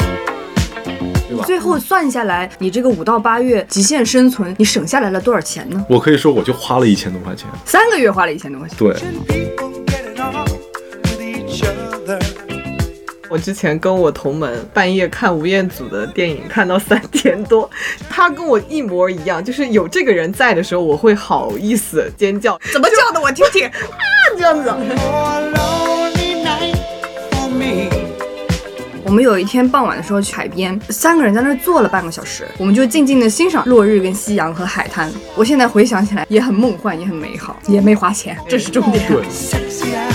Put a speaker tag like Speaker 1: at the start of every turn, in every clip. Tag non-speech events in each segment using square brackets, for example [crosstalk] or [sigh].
Speaker 1: 对吧？嗯
Speaker 2: 最后算下来，你这个五到八月极限生存，你省下来了多少钱呢？
Speaker 1: 我可以说我就花了一千多块钱，
Speaker 2: 三个月花了一千多块钱。
Speaker 1: 对，
Speaker 3: People getting on with each other.
Speaker 4: 我之前跟我同门半夜看吴彦祖的电影，看到三点多，他跟我一模一样，就是有这个人在的时候，我会好意思尖叫，
Speaker 2: 怎么叫的？我听听。
Speaker 4: 这样子。
Speaker 3: Oh, a lonely night for me.
Speaker 2: 我们有一天傍晚的时候去海边，三个人在那儿坐了半个小时，我们就静静的欣赏落日跟夕阳和海滩。我现在回想起来也很梦幻，也很美好，也没花钱，这是重点。
Speaker 1: 对
Speaker 3: Sexy eyes.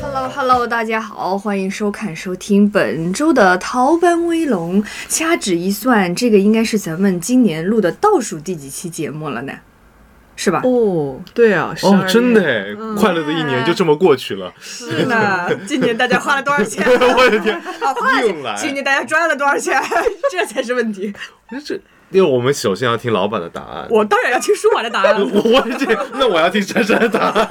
Speaker 2: Hello Hello，大家好，欢迎收看收听本周的《逃班威龙》。掐指一算，这个应该是咱们今年录的倒数第几期节目了呢？是吧？
Speaker 4: 哦，对啊，
Speaker 1: 哦，真的
Speaker 4: 12月。嗯
Speaker 1: 哎，快乐的一年就这么过去
Speaker 4: [laughs]
Speaker 1: 了，
Speaker 4: 是呢，啊今年大家花了多少钱？ [laughs]
Speaker 1: 我的天，
Speaker 4: 啊，花了
Speaker 1: 又来
Speaker 4: 钱。今年大家赚了多
Speaker 2: [laughs]
Speaker 4: 少钱？这才是问题。
Speaker 1: 这。因为我们首先要听老板的答案，
Speaker 4: 我当然要听舒婉的
Speaker 1: [laughs]
Speaker 4: 答案
Speaker 1: 我
Speaker 4: 了。
Speaker 1: 我这那我要听珊珊的答案，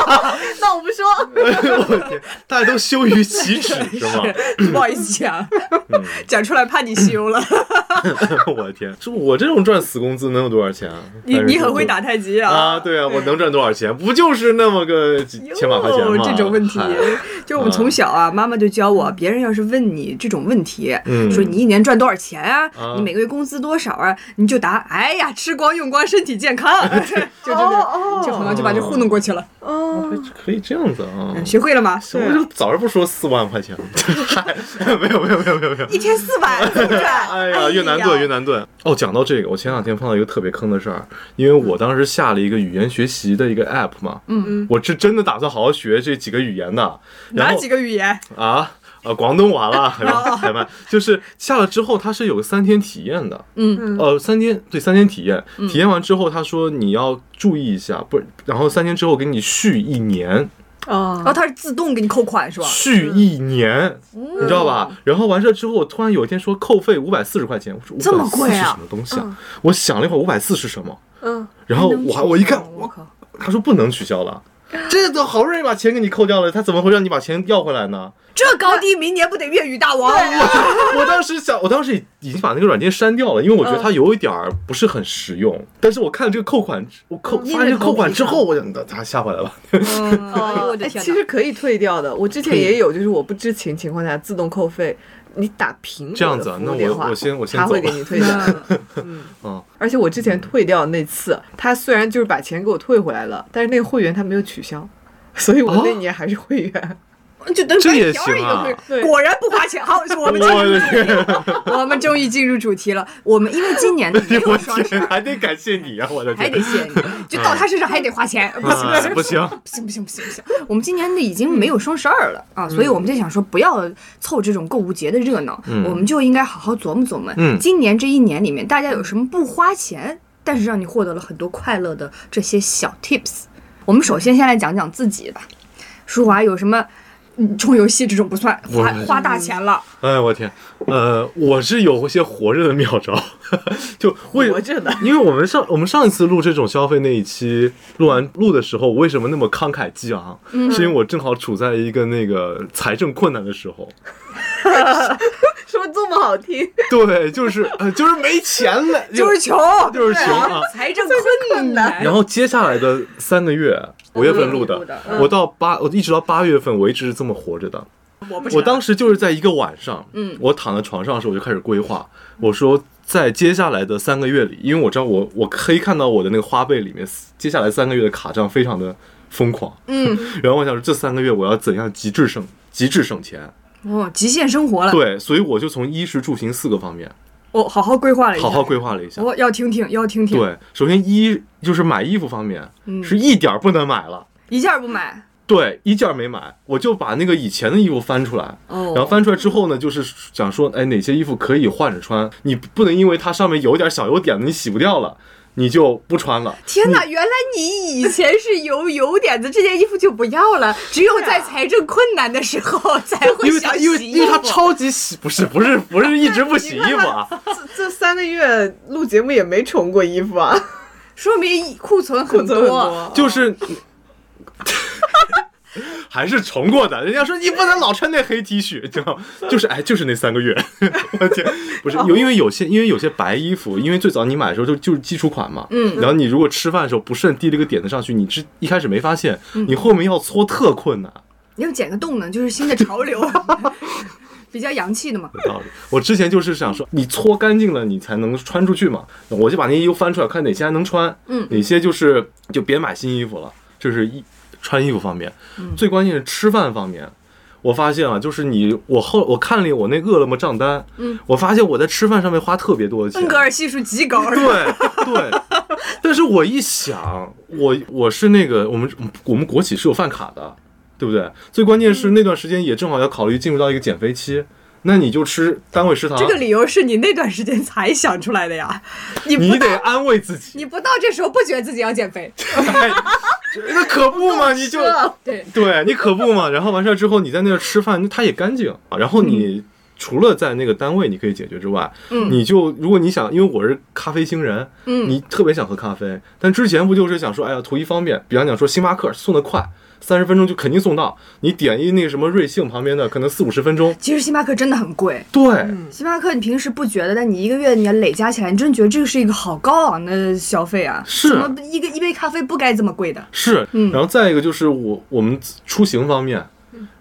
Speaker 4: [laughs] 那我不说。
Speaker 1: [laughs] 我的天，大家都羞于启齿是吗？
Speaker 4: 是不好意思讲，讲出来怕你
Speaker 1: [laughs]
Speaker 4: 羞了。
Speaker 1: 我的天，这我这种赚死工资能有多少钱啊？
Speaker 4: 你你很会打
Speaker 1: 太
Speaker 4: 太极啊？
Speaker 1: 啊？对啊，我能赚多少钱？不就是那么个几千把块钱
Speaker 4: 哟
Speaker 1: 吗？哎
Speaker 4: 这种问题
Speaker 1: 嗨，
Speaker 4: [laughs] 就我们从小啊，妈妈就教我，别人要是问你这种问题，
Speaker 1: 嗯
Speaker 4: 说你一年赚多少钱啊，
Speaker 1: 啊
Speaker 4: 你每个月工资多少啊，你就答，哎呀，吃光用光，身体健康，
Speaker 1: [laughs]
Speaker 4: 就真
Speaker 1: 哦
Speaker 4: 的，就好像就把这糊弄过去了。
Speaker 1: 可以这样子啊？
Speaker 4: 学会了吗？
Speaker 1: 我就早上不说四万块钱，嗨， [laughs] 没有没有没有没有没有。
Speaker 4: 一天四百，对不对？
Speaker 1: [laughs] 哎呀，越南盾越南盾。哦，讲到这个，我前两天碰到一个特别坑的事儿，因为我当时下了一个语言学习的一个 app 嘛，嗯嗯，我是真的打算好好学这几个语言的。然
Speaker 4: 哪
Speaker 1: 后
Speaker 4: 几个语言？
Speaker 1: 啊？呃，广东话啦，还 [laughs] 有台湾，就是下了之后，它是有个三天体验的，
Speaker 2: 嗯，
Speaker 1: 呃，三天对三天体验，体验完之后，他说你要注意一下，不，然后三天之后给你续一年，
Speaker 4: 哦
Speaker 2: 然后它是自动给你扣款是吧？
Speaker 1: 续一年，你知道
Speaker 2: 嗯
Speaker 1: 吧？然后完事之后，我突然有一天说扣费五百四十块钱，我说
Speaker 2: 这么贵
Speaker 1: 540是
Speaker 2: 啊
Speaker 1: 什么东西啊？我想了一会儿，五百四是什么？
Speaker 4: 嗯，
Speaker 1: 然后我还我一看，
Speaker 2: 我
Speaker 1: 我
Speaker 2: 靠，
Speaker 1: 他说不能取消了。这都好不容易把钱给你扣掉了，他怎么会让你把钱要回来呢？
Speaker 2: 这高低明年不得粤语大王？
Speaker 1: 我当时想，我当时已经把那个软件删掉了，因为我觉得
Speaker 2: 嗯
Speaker 1: 它有一点儿不是很实用。但是我看这个扣款，我扣
Speaker 4: 嗯
Speaker 1: 发现这个扣款之后，我想它它下回来吧。 [laughs]
Speaker 2: 哎呦我的
Speaker 4: 哎
Speaker 2: 天
Speaker 4: 其实可以退掉的，我之前也有，就是我不知情情况下自动扣费，你打苹果
Speaker 1: 这样子啊
Speaker 4: 的服务
Speaker 1: 那我
Speaker 4: 电话
Speaker 1: 我先我先
Speaker 4: 他会
Speaker 1: 走
Speaker 4: 给
Speaker 1: 了
Speaker 4: 你 [laughs] 退掉。
Speaker 1: 嗯，
Speaker 4: 而且我之前退掉那次，他虽然就是把钱给我退回来了，但是那个会员他没有取消，所以我
Speaker 2: 哦
Speaker 4: 那年还是会员。
Speaker 2: 哪，就等
Speaker 1: 这
Speaker 2: 白
Speaker 1: 也
Speaker 2: 嫖
Speaker 1: 行
Speaker 2: 一个
Speaker 1: 啊
Speaker 2: 会
Speaker 4: 对
Speaker 2: 果然不花钱。好，我
Speaker 1: 我 [laughs]
Speaker 2: 们终于
Speaker 1: 的天，
Speaker 2: 我们终于进入主题了。我们因为今
Speaker 1: [laughs]
Speaker 2: 年 [laughs] 没有
Speaker 1: 我
Speaker 2: 双十
Speaker 1: 天，还得感谢你啊！我的
Speaker 2: 还
Speaker 1: 天
Speaker 2: 得，谢你，就到他身上还得花钱，不行
Speaker 1: 啊不行，
Speaker 2: 不行不行不行不行，我们今年已经没有双十二了啊，所以我们就想说不要凑这种购物节的热闹，
Speaker 1: 嗯
Speaker 2: 我们就应该好好琢磨琢磨，
Speaker 1: 嗯
Speaker 2: 今年这一年里面大家有什么不花钱，但是让你获得了很多快乐的这些小 tips。我们首先先来讲讲自己吧，舒华有什么？嗯充游戏这种不算，花
Speaker 1: 我
Speaker 2: 花大钱了。
Speaker 1: 哎，我天，呃，我是有一些活着的妙招， [laughs] 就为
Speaker 4: 活着的，
Speaker 1: 因为我们上我们上一次录这种消费那一期录完录的时候，我为什么那么慷慨激昂？是因为我正好处在一个那个财政困难的时候，
Speaker 4: 说这么好听，
Speaker 1: 对，就是呃，就是没钱了，
Speaker 2: [laughs] 就是穷，
Speaker 1: 就是穷啊
Speaker 2: 对财政困难。
Speaker 1: 然后接下来的三个月，五月份录
Speaker 2: 录的
Speaker 1: 的，
Speaker 2: 嗯
Speaker 1: 我到八，我一直到八月份，我一直是这么活着的。
Speaker 4: 我不
Speaker 1: 我当时就是在一个晚上，嗯，我躺在床上的时候，我就开始规划，我说在接下来的三个月里，因为我知道我我可以看到我的那个花呗里面，接下来三个月的卡账非常的疯狂，嗯， [laughs] 然后我想说这三个月我要怎样极致省极致省钱，
Speaker 2: 哦，极限生活了。
Speaker 1: 对，所以我就从衣食住行四个方面
Speaker 2: 我好好规划了一下，
Speaker 1: 好好规划了一下。
Speaker 2: 哎我要听听，要听听。
Speaker 1: 对，首先衣就是买衣服方面，是一点儿不能买了。
Speaker 2: 一件儿不买，
Speaker 1: 对，一件儿没买，我就把那个以前的衣服翻出来，
Speaker 2: 哦
Speaker 1: 然后翻出来之后呢，就是想说，哎，哪些衣服可以换着穿，你不能因为它上面有点小油点子，你洗不掉了，你就不穿了。
Speaker 2: 天哪！原来你以前是有 [laughs] 有点子，这件衣服就不要了，只有在财政困难的时
Speaker 1: [laughs]
Speaker 2: 候才 [laughs] 会
Speaker 1: 啊因为
Speaker 2: 想
Speaker 1: 它
Speaker 2: 洗
Speaker 1: 因为因为它
Speaker 2: 衣服
Speaker 1: 超级洗，不是不是
Speaker 2: [laughs]
Speaker 1: 不是一直不洗衣服啊，
Speaker 4: 这这三个月录节目也没重过衣服啊，
Speaker 2: [laughs] 说明库存
Speaker 4: 库
Speaker 2: 很
Speaker 4: 存很多。
Speaker 1: 就是。 [laughs] 还是重过的。人家说你不能老穿那黑 T 恤，知道吗就是哎，就是那三个月。 [laughs] 我天，不是有，因为有些因为有些白衣服，因为最早你买的时候就就是基础款嘛，
Speaker 2: 嗯
Speaker 1: 然后你如果吃饭的时候不慎滴了个点子上去，你是一开始没发现，你后面要搓特困难。
Speaker 2: 你要捡个洞呢，就是新的潮流， [laughs] 比较洋气的嘛。
Speaker 1: 有道理。我之前就是想说，你搓干净了，你才能穿出去嘛。我就把那衣服翻出来，看哪些还能穿，
Speaker 2: 嗯
Speaker 1: 哪些就是就别买新衣服了。这是一穿衣服方面，
Speaker 2: 嗯
Speaker 1: 最关键是吃饭方面。我发现啊，就是你，我后我看了我那饿了么账单，
Speaker 2: 嗯，
Speaker 1: 我发现我在吃饭上面花特别多的钱
Speaker 2: 恩格，尔系数极高，
Speaker 1: 对啊对，但是我一想，我我是那个我们我们国企是有饭卡的，对不对？最关键是那段时间也正好要考虑进入到一个减肥期，那你就吃单位食堂，
Speaker 2: 这个理由是你那段时间才想出来的呀。你不
Speaker 1: 你
Speaker 2: 到
Speaker 1: 得安慰
Speaker 2: [laughs]
Speaker 1: 自己， [laughs]
Speaker 2: 你不到这时候不觉得自己要减肥，
Speaker 1: 哎那可不嘛，你就
Speaker 2: 对，
Speaker 1: 对你可不嘛。然后完事儿之后，你在那儿吃饭，它也干净，啊然后你。除了在那个单位你可以解决之外，
Speaker 2: 嗯
Speaker 1: 你就如果你想，因为我是咖啡星人，
Speaker 2: 嗯
Speaker 1: 你特别想喝咖啡，但之前不就是想说，哎呀，图一方便，比方讲说星巴克送的快，三十分钟就肯定送到，你点一那个什么瑞幸旁边的，可能四五十分钟。
Speaker 2: 其实星巴克真的很贵。
Speaker 1: 对，
Speaker 2: 星巴克你平时不觉得，但你一个月你累加起来，你真觉得这个是一个好高昂的消费啊！
Speaker 1: 是
Speaker 2: 怎么一个一杯咖啡不该这么贵的？
Speaker 1: 是，
Speaker 2: 嗯
Speaker 1: 然后再一个就是我我们出行方面，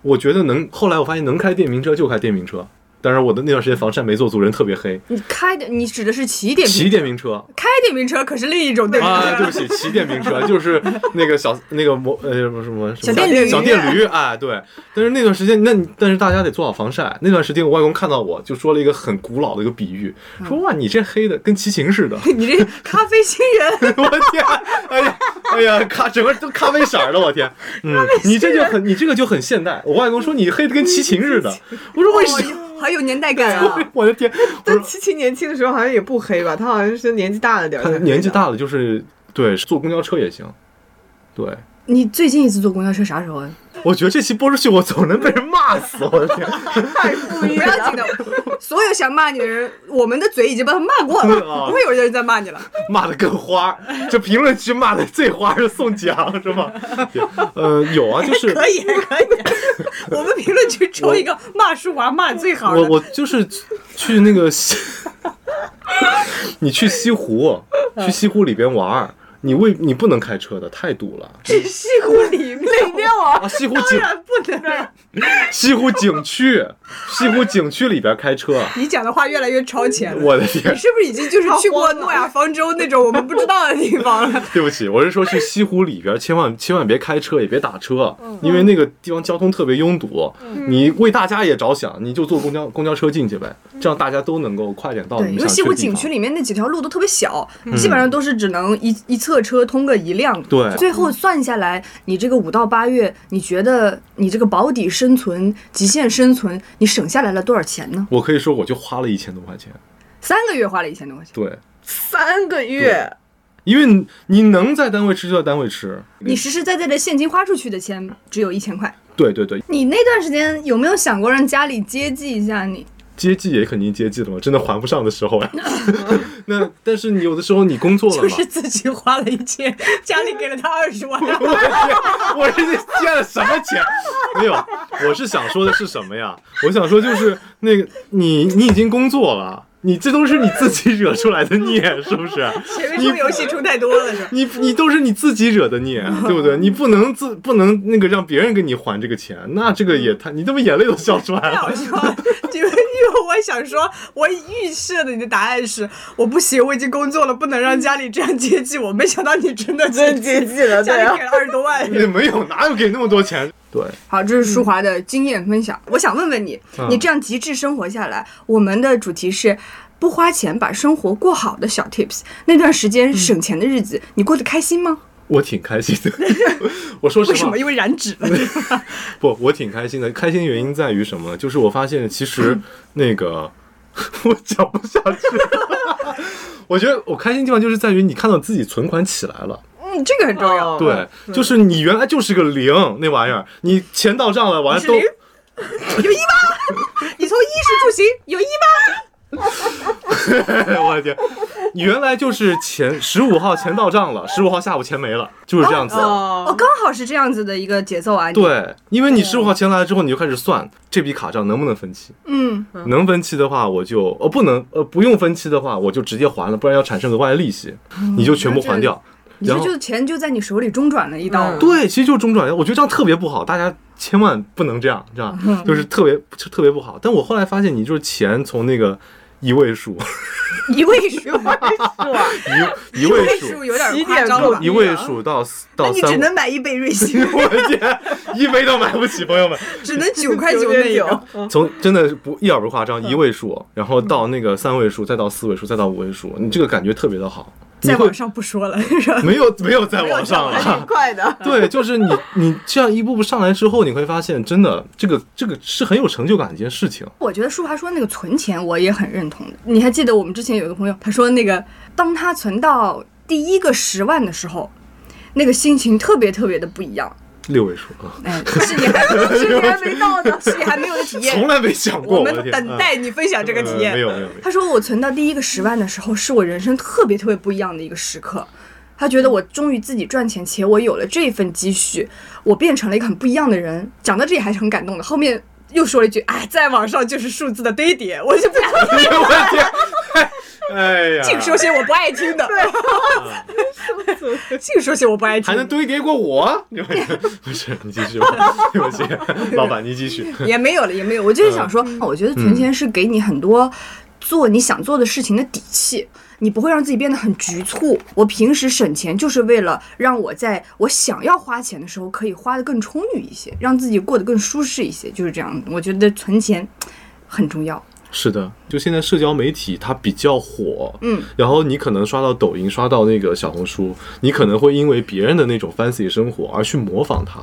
Speaker 1: 我觉得能后来我发现能开电瓶车就开电瓶车，当然我的那段时间防晒没做足，人特别黑，
Speaker 2: 你开的你指的是骑电瓶车，
Speaker 1: 骑电瓶车。
Speaker 2: 开电瓶车可是另一种电瓶车。[laughs]
Speaker 1: [laughs] 啊，对不起，骑电瓶车就是那个小那个摩呃什么什么
Speaker 2: 小电驴
Speaker 1: 小电驴啊，对。但是那段时间，那你但是大家得做好防晒。那段时间，我外公看到我就说了一个很古老的一个比喻，说
Speaker 2: 嗯
Speaker 1: 哇，你这黑的跟骑行似的。 [laughs]
Speaker 2: [laughs] 你这咖啡新人，
Speaker 1: 我天，哎呀，哎呀，咖整个都咖啡色儿了，我天，嗯，你这就很，你这个就很现代。我外公说你黑的跟齐秦
Speaker 2: [laughs]
Speaker 1: 似的，我说为什么？
Speaker 2: 好有年代感啊！
Speaker 1: [laughs] 我的天，我
Speaker 4: 但
Speaker 1: 说
Speaker 4: 琪琪年轻的时候好像也不黑吧，她好像是年纪大了点儿
Speaker 1: 他
Speaker 4: 才黑的。
Speaker 1: 年纪大了，就是对，坐公交车也行。对，
Speaker 2: 你最近一次坐公交车啥时候啊？
Speaker 1: 我觉得这期播出去，我总能被人骂死，我的天。
Speaker 4: 太不一
Speaker 2: 不要紧的，所有想骂你的人，我们的嘴已经把他骂过了，
Speaker 1: 啊哎
Speaker 2: 不会有人再骂你了。
Speaker 1: 骂的更花儿，这评论区骂的最花儿是宋江
Speaker 2: [laughs]
Speaker 1: 是吗？对呃，有啊，就是
Speaker 2: 可以，可以，我们评论区抽一个骂舒华骂最好
Speaker 1: 我
Speaker 2: [laughs] 的。
Speaker 1: 我就是去去那个西， [laughs] 你去西湖，
Speaker 2: 嗯
Speaker 1: 去西湖里边玩儿，你为你不能开车的，太堵了
Speaker 2: 去西湖里面，面啊
Speaker 1: 啊！西湖景
Speaker 2: 不能。
Speaker 1: 西湖景区，西湖景区里边开车，
Speaker 2: 你讲的话越来越超前了。
Speaker 1: 我的
Speaker 2: 你
Speaker 1: 天！
Speaker 2: 是不是已经就是去过诺亚方舟那种我们不知道的地方了？
Speaker 1: [laughs] 对不起，我是说去西湖里边，千万千万别开车，也别打车，
Speaker 2: 嗯
Speaker 1: 因为那个地方交通特别拥堵。你为大家也着想，你就坐公交公交车进去呗，这样大家都能够快点到
Speaker 2: 嗯对，
Speaker 1: 哦你
Speaker 2: 因
Speaker 1: 们
Speaker 2: 为
Speaker 1: 想
Speaker 2: 西
Speaker 1: 去
Speaker 2: 湖
Speaker 1: 的地
Speaker 2: 景区
Speaker 1: 方。嗯
Speaker 2: 里面那几条路都特别小，基本上都是只能一一侧车通个一辆。
Speaker 1: 对
Speaker 2: 最后算下来，你这个五到八月，你觉得你这个保底生存、极限生存，你省下来了多少钱呢？
Speaker 1: 我可以说，我就花了一千多块钱。
Speaker 2: 三个月花了一千多块钱。
Speaker 1: 对，
Speaker 4: 三个月，
Speaker 1: 因为你你能在单位吃就在单位吃。
Speaker 2: 你实实在在的现金花出去的钱只有一千块。
Speaker 1: 对对对，
Speaker 2: 你那段时间有没有想过让家里接济一下你？
Speaker 1: 接济也肯定接济了嘛，真的还不上的时候
Speaker 2: [laughs]
Speaker 1: 呀。那但是你有的时候你工作了嘛，
Speaker 2: 自己花了一千，家里给了他二十万。
Speaker 1: 我天， [laughs] 我这是借了什么钱？没有，我是想说的是什么呀？我想说就是那个你你已经工作了，你这都是你自己惹出来的孽，是不是？ [laughs]
Speaker 2: 前面出游戏出太多了是吧？
Speaker 1: 你你都是你自己惹
Speaker 2: [laughs]
Speaker 1: 的孽，对不对？你不能自不能那个让别人给你还这个钱，那这个也太你他妈眼泪都笑出
Speaker 2: [laughs]
Speaker 1: 来 [laughs]
Speaker 2: 太
Speaker 4: 啊 [laughs]
Speaker 2: 好
Speaker 1: 了。
Speaker 2: 笑了，因为因为我想说，我预设的你的答案是我不行，我已经工作了，不能让家里这样接济我。没想到你真的接
Speaker 4: 真接济了，
Speaker 2: 家
Speaker 4: 对
Speaker 2: 里
Speaker 4: 啊
Speaker 2: 给。了二十多万。
Speaker 1: 也没有，哪有给那么多钱？对，
Speaker 2: 好，这是舒华的经验分享。我想问问你，
Speaker 1: 嗯
Speaker 2: 你这样极致生活下来，我们的主题是不花钱把生活过好的小 tips。那段时
Speaker 1: 嗯
Speaker 2: 间省钱的日子，你过得开心吗？
Speaker 1: 我挺开心的。 [laughs] 我说实
Speaker 2: 为什
Speaker 1: 话
Speaker 2: 么？，因为染指了。
Speaker 1: 不，我挺开心的。开心原因在于什么？就是我发现其实
Speaker 2: 嗯
Speaker 1: 那个 [laughs] 我讲不下去
Speaker 2: [laughs]
Speaker 1: 了。我觉得我开心的地方就是在于你看到自己存款起来了，
Speaker 2: 嗯，这个很重要。
Speaker 4: 哦
Speaker 1: 对，
Speaker 2: 嗯
Speaker 1: 就是你原来就是个零那玩意儿，你钱到账了，完
Speaker 2: 你
Speaker 1: 了
Speaker 2: 是
Speaker 1: 都
Speaker 2: 零，有一吗？你从衣食住行有一吗？
Speaker 1: [laughs] 我的天，原来就是钱
Speaker 2: [laughs]
Speaker 1: 十五号钱到账了，十五号下午钱没了，就是这样子。
Speaker 2: 哦，
Speaker 4: 哦，
Speaker 2: 刚好是这样子的一个节奏啊。，
Speaker 1: 嗯对，因为你十五号钱来了之后，你就开始算这笔卡账能不能分期。
Speaker 2: 嗯，
Speaker 1: 能分期的话，我就呃不能呃不用分期的话，我就直接还了，不然要产生额外的利息，你就全部还掉。
Speaker 2: 你
Speaker 1: 然
Speaker 2: 这嗯
Speaker 1: 后
Speaker 2: 就是钱就在你手里中转了一刀。
Speaker 4: 嗯
Speaker 1: 对，其实就是中转，我觉得这样特别不好，大家千万不能这样，知道
Speaker 2: 嗯
Speaker 1: 吧？就是特别特别不好。但我后来发现，你就是钱从那个一
Speaker 2: [laughs]
Speaker 1: 位数
Speaker 2: 一位数，
Speaker 4: 是吧？
Speaker 1: 一一位
Speaker 2: 数
Speaker 1: 数
Speaker 2: 有点
Speaker 4: 起
Speaker 2: 夸
Speaker 4: 点
Speaker 2: 张
Speaker 4: 够
Speaker 2: 了吧
Speaker 1: 一？位数到
Speaker 2: 那
Speaker 1: 到
Speaker 2: 你只
Speaker 1: 三，
Speaker 2: 能买一杯瑞
Speaker 1: [laughs]
Speaker 2: 幸，
Speaker 1: 我天，一杯都买不起，朋友们。
Speaker 2: 只能九块九那
Speaker 4: 点
Speaker 2: 一
Speaker 4: 九
Speaker 2: 个。，
Speaker 4: 嗯
Speaker 1: 从真的不一点儿不夸
Speaker 2: 嗯
Speaker 1: 张，一位数，然后到那个三位数，再到四位数，再到五位数，你这个感觉特别的好。你
Speaker 2: 再
Speaker 1: 会
Speaker 2: 往上不说了，是吧？
Speaker 1: [laughs] 没有没有再往上
Speaker 4: 还挺
Speaker 1: 了。
Speaker 4: 快的。
Speaker 1: [laughs] 对，就是你，你这样一步步上来之后，你会发现，真的，这个这个是很有成就感的一件事情。
Speaker 2: 我觉得舒华说那个存钱，我也很认同的。你还记得我们之前有一个朋友，他说那个当他存到第一个十万的时候，那个心情特别特别的不一样。
Speaker 1: 六位数
Speaker 2: [laughs]
Speaker 1: 啊，
Speaker 2: 哎，是你还是你还没到呢，是你还没有的体验。
Speaker 1: 从来没想过，
Speaker 2: 我
Speaker 1: 我
Speaker 2: 们
Speaker 1: 的天啊
Speaker 2: 等待你分享这个体验。
Speaker 1: 嗯没有没有没有
Speaker 2: [laughs] 他说我存到第一个十万的时候，是我人生特别特别不一样的一个时刻。他觉得我终于自己赚钱，且我有了这份积蓄，我变成了一个很不一样的人。讲到这里还是很感动的，后面又说了一句：“哎，再往上就是数字的堆叠。”我就
Speaker 1: [laughs]
Speaker 2: 不想
Speaker 1: 嗯我的天，哎呀，
Speaker 2: [laughs] 净说些我不爱听的， [laughs] 净说些我不爱
Speaker 1: 啊还能
Speaker 2: 听，的，
Speaker 1: 堆叠过我？
Speaker 2: [laughs]
Speaker 1: 不是，你继续吧，对不起，老板，你继续。
Speaker 2: 也没有了，也没有。我就是想说，我觉得存钱是给你很多做你想做的事情的底气。你不会让自己变得很局促。我平时省钱就是为了让我在我想要花钱的时候可以花得更充裕一些，让自己过得更舒适一些，就是这样。我觉得存钱很重要。
Speaker 1: 是的，就现在社交媒体它比较火，
Speaker 2: 嗯，
Speaker 1: 然后你可能刷到抖音，刷到那个小红书，你可能会因为别人的那种 fancy 生活而去模仿它。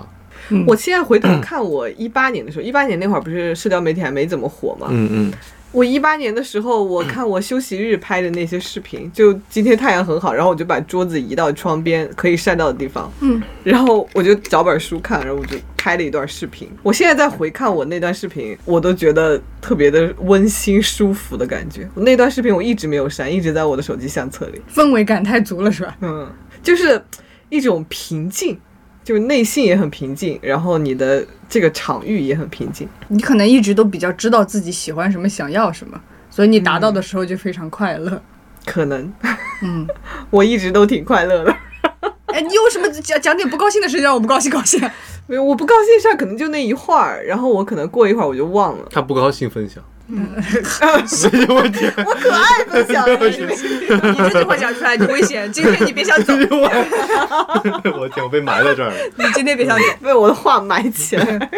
Speaker 4: 我现在回头看我一八年的时候，一八年那会儿不是社交媒体还没怎么火嘛，
Speaker 1: 嗯嗯，。
Speaker 4: 我一八年的时候，我看我休息日拍的那些视频，就今天太阳很好，然后我就把桌子移到窗边可以晒到的地方，
Speaker 2: 嗯，
Speaker 4: 然后我就找本书看，然后我就拍了一段视频。我现在再回看我那段视频，我都觉得特别的温馨舒服的感觉。那段视频我一直没有删，一直在我的手机相册里，
Speaker 2: 氛围感太足了，是吧？
Speaker 4: 嗯，就是一种平静，就是内心也很平静，然后你的这个场域也很平静。
Speaker 2: 你可能一直都比较知道自己喜欢什么，想要什么，所以你达到的时候就非常快乐。
Speaker 4: 可能
Speaker 2: 嗯，
Speaker 4: [laughs] 我一直都挺快乐的。
Speaker 2: 哎，你有什么讲讲点不高兴的事情让我不高兴高兴？
Speaker 4: 没有，我不高兴的事儿可能就那一会儿，然后我可能过一会儿我就忘了
Speaker 1: [laughs] 他不高兴分享。所以我天，
Speaker 4: 我可爱分享了，因为
Speaker 2: 你这句话讲出来就危险，今天你别想走，你
Speaker 1: 我我天，我被埋在这
Speaker 2: [laughs]
Speaker 1: 儿了。
Speaker 2: 今天别想走。
Speaker 4: [laughs] 被我的话埋起来。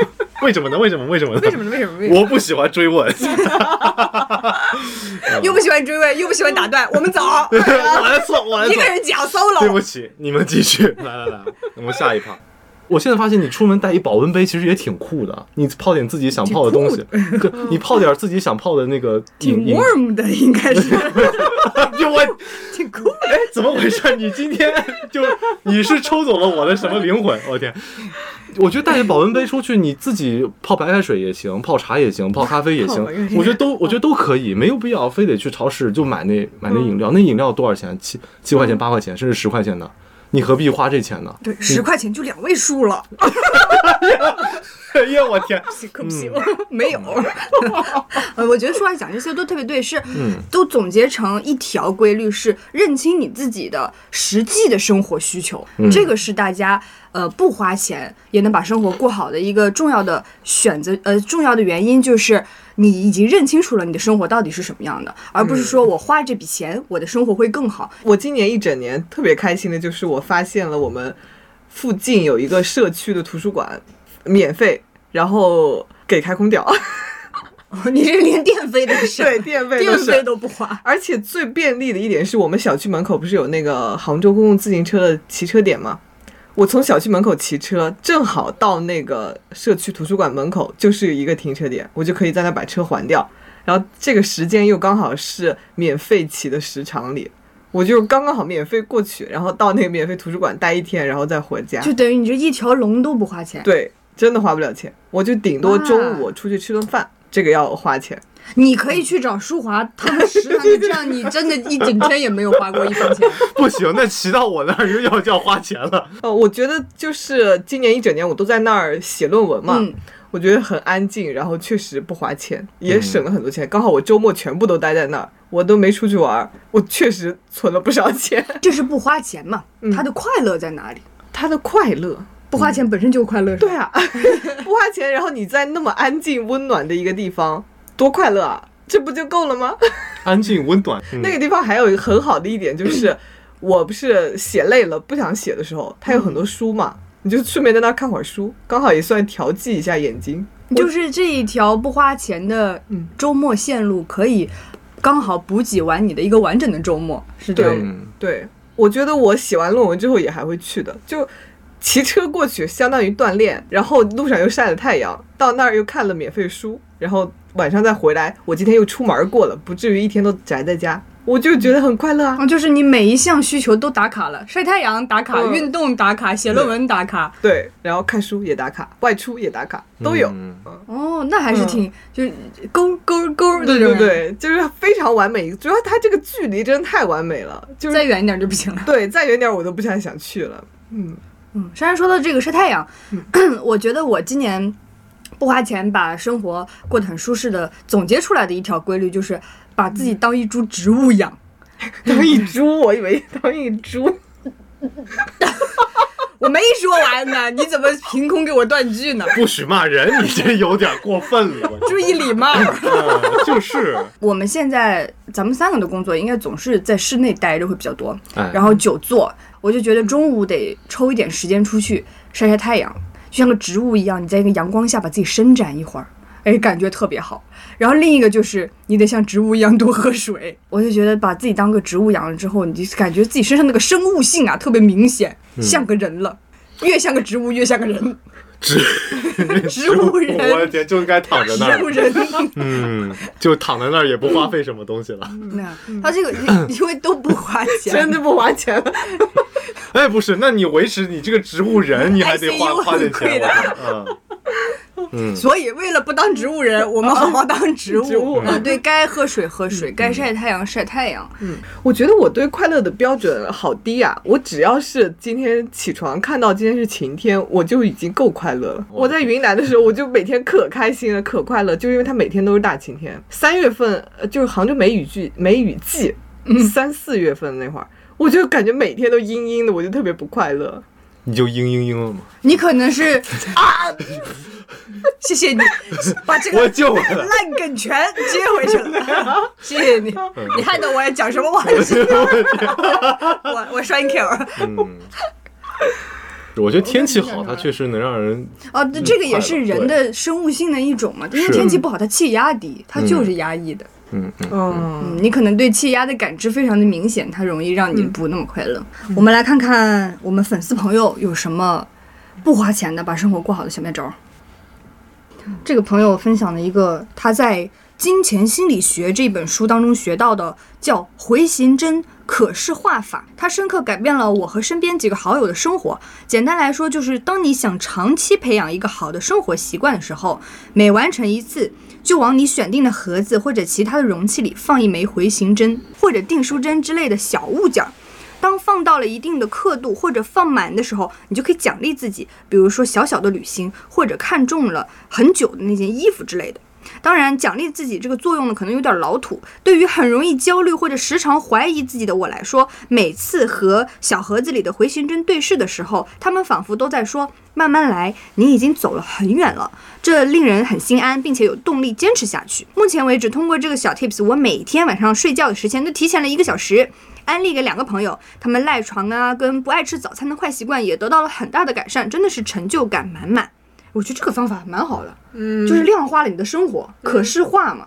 Speaker 1: 为什么呢？为什么？为什么呢？
Speaker 2: 为什么呢？为什么？为什么？
Speaker 1: 我不喜欢追问，嗯
Speaker 2: 又不喜欢追问，又不喜欢打断，我们走，
Speaker 1: 我来做，我来
Speaker 2: 一
Speaker 1: 做
Speaker 2: 个。人讲
Speaker 1: 嗯 [laughs] 对不
Speaker 2: solo。
Speaker 1: 起，你们继续。 [laughs] 来来来，我们下一趴。我现在发现，你出门带一保温杯其实也挺酷的。你泡点自己想泡的东西，对，你泡点自己想泡的那个
Speaker 2: 挺
Speaker 1: 饮饮
Speaker 2: warm 的，应该是
Speaker 1: [laughs] 就我
Speaker 2: 挺酷的。
Speaker 1: 哎，怎么回事？你今天就你是抽走了我的什么灵魂？我天！我觉得带着保温杯出去，你自己泡白开水也行，泡茶也行，泡咖啡也行
Speaker 4: 泡白开，水
Speaker 1: 我觉得都我觉得都可以，没有必要非得去超市就买那买那饮料。那饮料多少钱？七七块钱、八块钱，甚至十块钱的，你何必花这钱呢？
Speaker 2: 对，十块钱就两位数了，
Speaker 1: 哎呀，我天！
Speaker 2: 可不行，
Speaker 4: 嗯
Speaker 2: 没
Speaker 4: [laughs]
Speaker 2: 有。呃，我觉得说来讲这些都特别对，是
Speaker 1: 嗯
Speaker 2: 都总结成一条规律，是认清你自己的实际的生活需求，
Speaker 1: 嗯
Speaker 2: 这个是大家呃不花钱也能把生活过好的一个重要的选择，呃重要的原因就是你已经认清楚了你的生活到底是什么样的，而
Speaker 4: 嗯
Speaker 2: 不是说我花这笔钱我的生活会更好。 [laughs]
Speaker 4: 我今年一整年特别开心的就是我发现了我们附近有一个社区的图书馆，免费，然后给开空调，
Speaker 2: 你这连电费都省，
Speaker 4: 对，电费都
Speaker 2: 电
Speaker 4: 是啊
Speaker 2: 费。都不花。
Speaker 4: 而且最便利的一点是我们小区门口不是有那个杭州公共自行车的骑车点吗？我从小区门口骑车，正好到那个社区图书馆门口，就是一个停车点，我就可以在那把车还掉。然后这个时间又刚好是免费骑的时长里，我就刚刚好免费过去，然后到那个免费图书馆待一天，然后再回家
Speaker 2: 就。等于你这一条龙都不花钱，
Speaker 4: 对，真的花不了钱，我就顶多中午
Speaker 2: 哇
Speaker 4: 我出去吃顿饭，这个要花钱。
Speaker 2: 你可以去找舒华他们食堂，这样你真的一整天也没有花过一
Speaker 4: [laughs]
Speaker 2: 分钱。
Speaker 1: [laughs] 不行，那骑到我那儿又要就要花钱了。
Speaker 4: 呃，我觉得就是今年一整年我都在那儿写论文嘛，
Speaker 2: 嗯
Speaker 4: 我觉得很安静，然后确实不花钱，也省了很多钱。刚好我周末全部都待在那儿，我都没出去玩儿，我确实存了不少钱。 [laughs]
Speaker 2: 这是不花钱嘛？
Speaker 4: 嗯
Speaker 2: 他的快乐在哪里？
Speaker 4: 他的快乐，
Speaker 2: 不花钱本身就是快乐，是吧
Speaker 4: 嗯对啊， [laughs] 不花钱，然后你在那么安静温暖的一个地方，多快乐啊！这不就够了吗？ [laughs]
Speaker 1: 安静温暖，嗯
Speaker 4: 那个地方还有一个很好的一点就是，我不是写累了不想写的时候，它有很多书嘛，你就顺便在那儿看会儿书，刚好也算调剂一下眼睛。
Speaker 2: 就是这一条不花钱的
Speaker 4: 嗯
Speaker 2: 周末线路，可以刚好补给完你的一个完整的周末，是这样吗。
Speaker 1: 嗯
Speaker 4: 对，我觉得我写完论文之后也还会去的，就骑车过去，相当于锻炼，然后路上又晒了太阳，到那儿又看了免费书，然后晚上再回来。我今天又出门过了，不至于一天都宅在家，我就觉得很快乐啊。
Speaker 2: 嗯，就是你每一项需求都打卡了，晒太阳打卡，
Speaker 4: 嗯
Speaker 2: 运动打卡，写论文打卡。
Speaker 4: 对，然后看书也打卡，外出也打卡，都有。
Speaker 1: 嗯
Speaker 2: 哦，那还是挺、就是勾勾勾的，
Speaker 4: 对对，嗯对，就是非常完美。主要它这个距离真的太完美了，就是
Speaker 2: 再远一点就不行了。
Speaker 4: 对再远点儿我都不太想去了。嗯，
Speaker 2: 嗯，珊珊说到这个晒太阳， [clears throat] 我觉得我今年不花钱把生活过得很舒适的总结出来的一条规律就是把自己当一株植物养。
Speaker 4: 当一株，我以为当一株。
Speaker 2: 我没说完呢，你怎么凭空给我断句呢？ [laughs]
Speaker 1: 不许骂人，你这有点过分了。
Speaker 2: 注意礼貌。
Speaker 1: 嗯就是，
Speaker 2: 我们现在咱们三个的工作应该总是在室内待着会比较多，
Speaker 1: 哎
Speaker 2: 然后久坐，我就觉得中午得抽一点时间出去晒晒太阳，就像个植物一样，你在一个阳光下把自己伸展一会儿。哎，感觉特别好。然后另一个就是，你得像植物一样多喝水。 [laughs] 我就觉得把自己当个植物养了之后，你就感觉自己身上那个生物性啊特别明显，
Speaker 1: 嗯
Speaker 2: 像个人了，越像个植物越像个人，
Speaker 1: 植
Speaker 2: [laughs] 植物人
Speaker 1: 哎我的天，就应该躺在那
Speaker 2: 植物
Speaker 1: 儿，
Speaker 2: 人。
Speaker 1: 嗯，就躺在那儿也不花费什么东西了。
Speaker 2: 那他这个因因为都不花钱，
Speaker 4: 真的不花钱了，
Speaker 1: 哎，不是，那你维持你这个植物人，你还得花
Speaker 2: ICU
Speaker 1: 花点
Speaker 2: 很贵
Speaker 1: 钱。嗯
Speaker 2: 的
Speaker 1: 我觉得
Speaker 2: 所以为了不当植物人，我们好好当植物。
Speaker 4: 植物
Speaker 2: 呃对该喝水喝水，该晒太阳晒太阳。
Speaker 4: 我觉得我对快乐的标准好低啊！我只要是今天起床看到今天是晴天，我就已经够快乐了。我在云南的时候，我就每天可开心了，可快乐，就是因为它每天都是大晴天。三月份呃就是杭州梅雨季，梅雨季，
Speaker 2: 嗯
Speaker 4: 三四月份那会儿，我就感觉每天都阴阴的，我就特别不快乐。
Speaker 1: 嗯，你就嘤嘤嘤
Speaker 2: [laughs]
Speaker 1: 了吗？
Speaker 2: 你可能是啊，谢谢你把这
Speaker 1: 我
Speaker 2: 个
Speaker 1: 救了。
Speaker 2: 烂梗全接回去了，谢谢你。你害得我也讲什么话都行， [laughs] 我我栓 Q。
Speaker 1: 嗯，我觉得天气好，它确实能让人
Speaker 2: 哦，对这个也是人的生物性的一种嘛，因为
Speaker 1: 是
Speaker 2: 天气不好，它气压低，它就是压抑的。
Speaker 1: 嗯嗯
Speaker 4: 嗯，
Speaker 2: 嗯，你可能对气压的感知非常的明显，它容易让你不那么快乐。我们来看看我们粉丝朋友有什么不花钱的把生活过好的小妙招儿。这个朋友分享了一个他在《金钱心理学》这本书当中学到的，叫回形针可视化法。它深刻改变了我和身边几个好友的生活。简单来说，就是当你想长期培养一个好的生活习惯的时候，每完成一次，就往你选定的盒子或者其他的容器里放一枚回形针或者订书针之类的小物件儿。当放到了一定的刻度或者放满的时候，你就可以奖励自己，比如说小小的旅行，或者看中了很久的那件衣服之类的。当然，奖励自己这个作用呢，可能有点老土。对于很容易焦虑或者时常怀疑自己的我来说，每次和小盒子里的回形针对视的时候，他们仿佛都在说：“慢慢来，你已经走了很远了。”这令人很心安，并且有动力坚持下去。目前为止，通过这个小 tips，我每天晚上睡觉的时间都提前了一个小时。安利给两个朋友，他们赖床啊，跟不爱吃早餐的坏习惯也得到了很大的改善，真的是成就感满满。我觉得这个方法蛮好的，嗯，就是量化了你的生活，可视化嘛。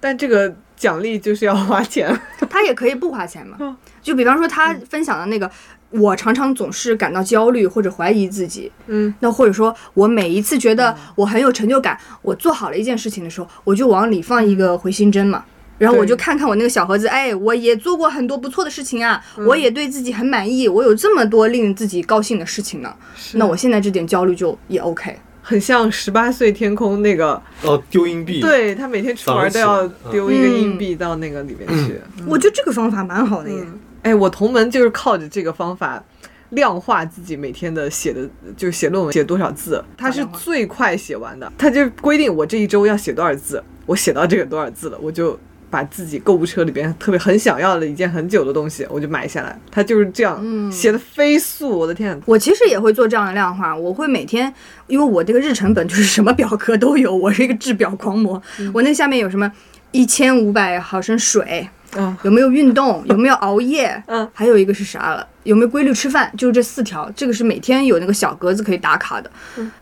Speaker 4: 但这个奖励就是要花钱。
Speaker 2: 他也可以不花钱嘛。就比方说他分享的那个，我常常总是感到焦虑或者怀疑自己，
Speaker 4: 嗯，
Speaker 2: 那或者说我每一次觉得我很有成就感，我做好了一件事情的时候，我就往里放一个回形针嘛。然后我就
Speaker 4: 对
Speaker 2: 看看我那个小盒子，哎，我也做过很多不错的事情啊，我也对自己很满意，我有这么多令自己高兴的事情呢。那我现在这点焦虑就也 OK。
Speaker 4: 很像十八岁天空那个，
Speaker 1: 哦，丢硬币，，
Speaker 4: 对他每天出门都要
Speaker 1: 早起
Speaker 4: 丢一个
Speaker 2: 嗯
Speaker 4: 硬币到那个里面去。
Speaker 2: 我觉得这个方法蛮好的耶。
Speaker 4: 哎，我同门就是靠着这个方法量化自己每天的写的，就是写论文写多少字，他是
Speaker 2: 量化
Speaker 4: 最快写完的。他就规定我这一周要写多少字，我写到这个多少字了，我就把自己购物车里边特别很想要的一件很久的东西，我就买下来。他就是这样、
Speaker 2: 嗯
Speaker 4: 写的飞速，我的天！
Speaker 2: 我其实也会做这样的量化，我会每天，因为我这个日程本就是什么表格都有，我是一个制表狂魔。我那下面有什么一千五百毫升水，
Speaker 4: 嗯
Speaker 2: 有没有运动，有没有熬夜，
Speaker 4: 嗯，
Speaker 2: 还有一个是啥了，有没有规律吃饭，就是这四条，这个是每天有那个小格子可以打卡的。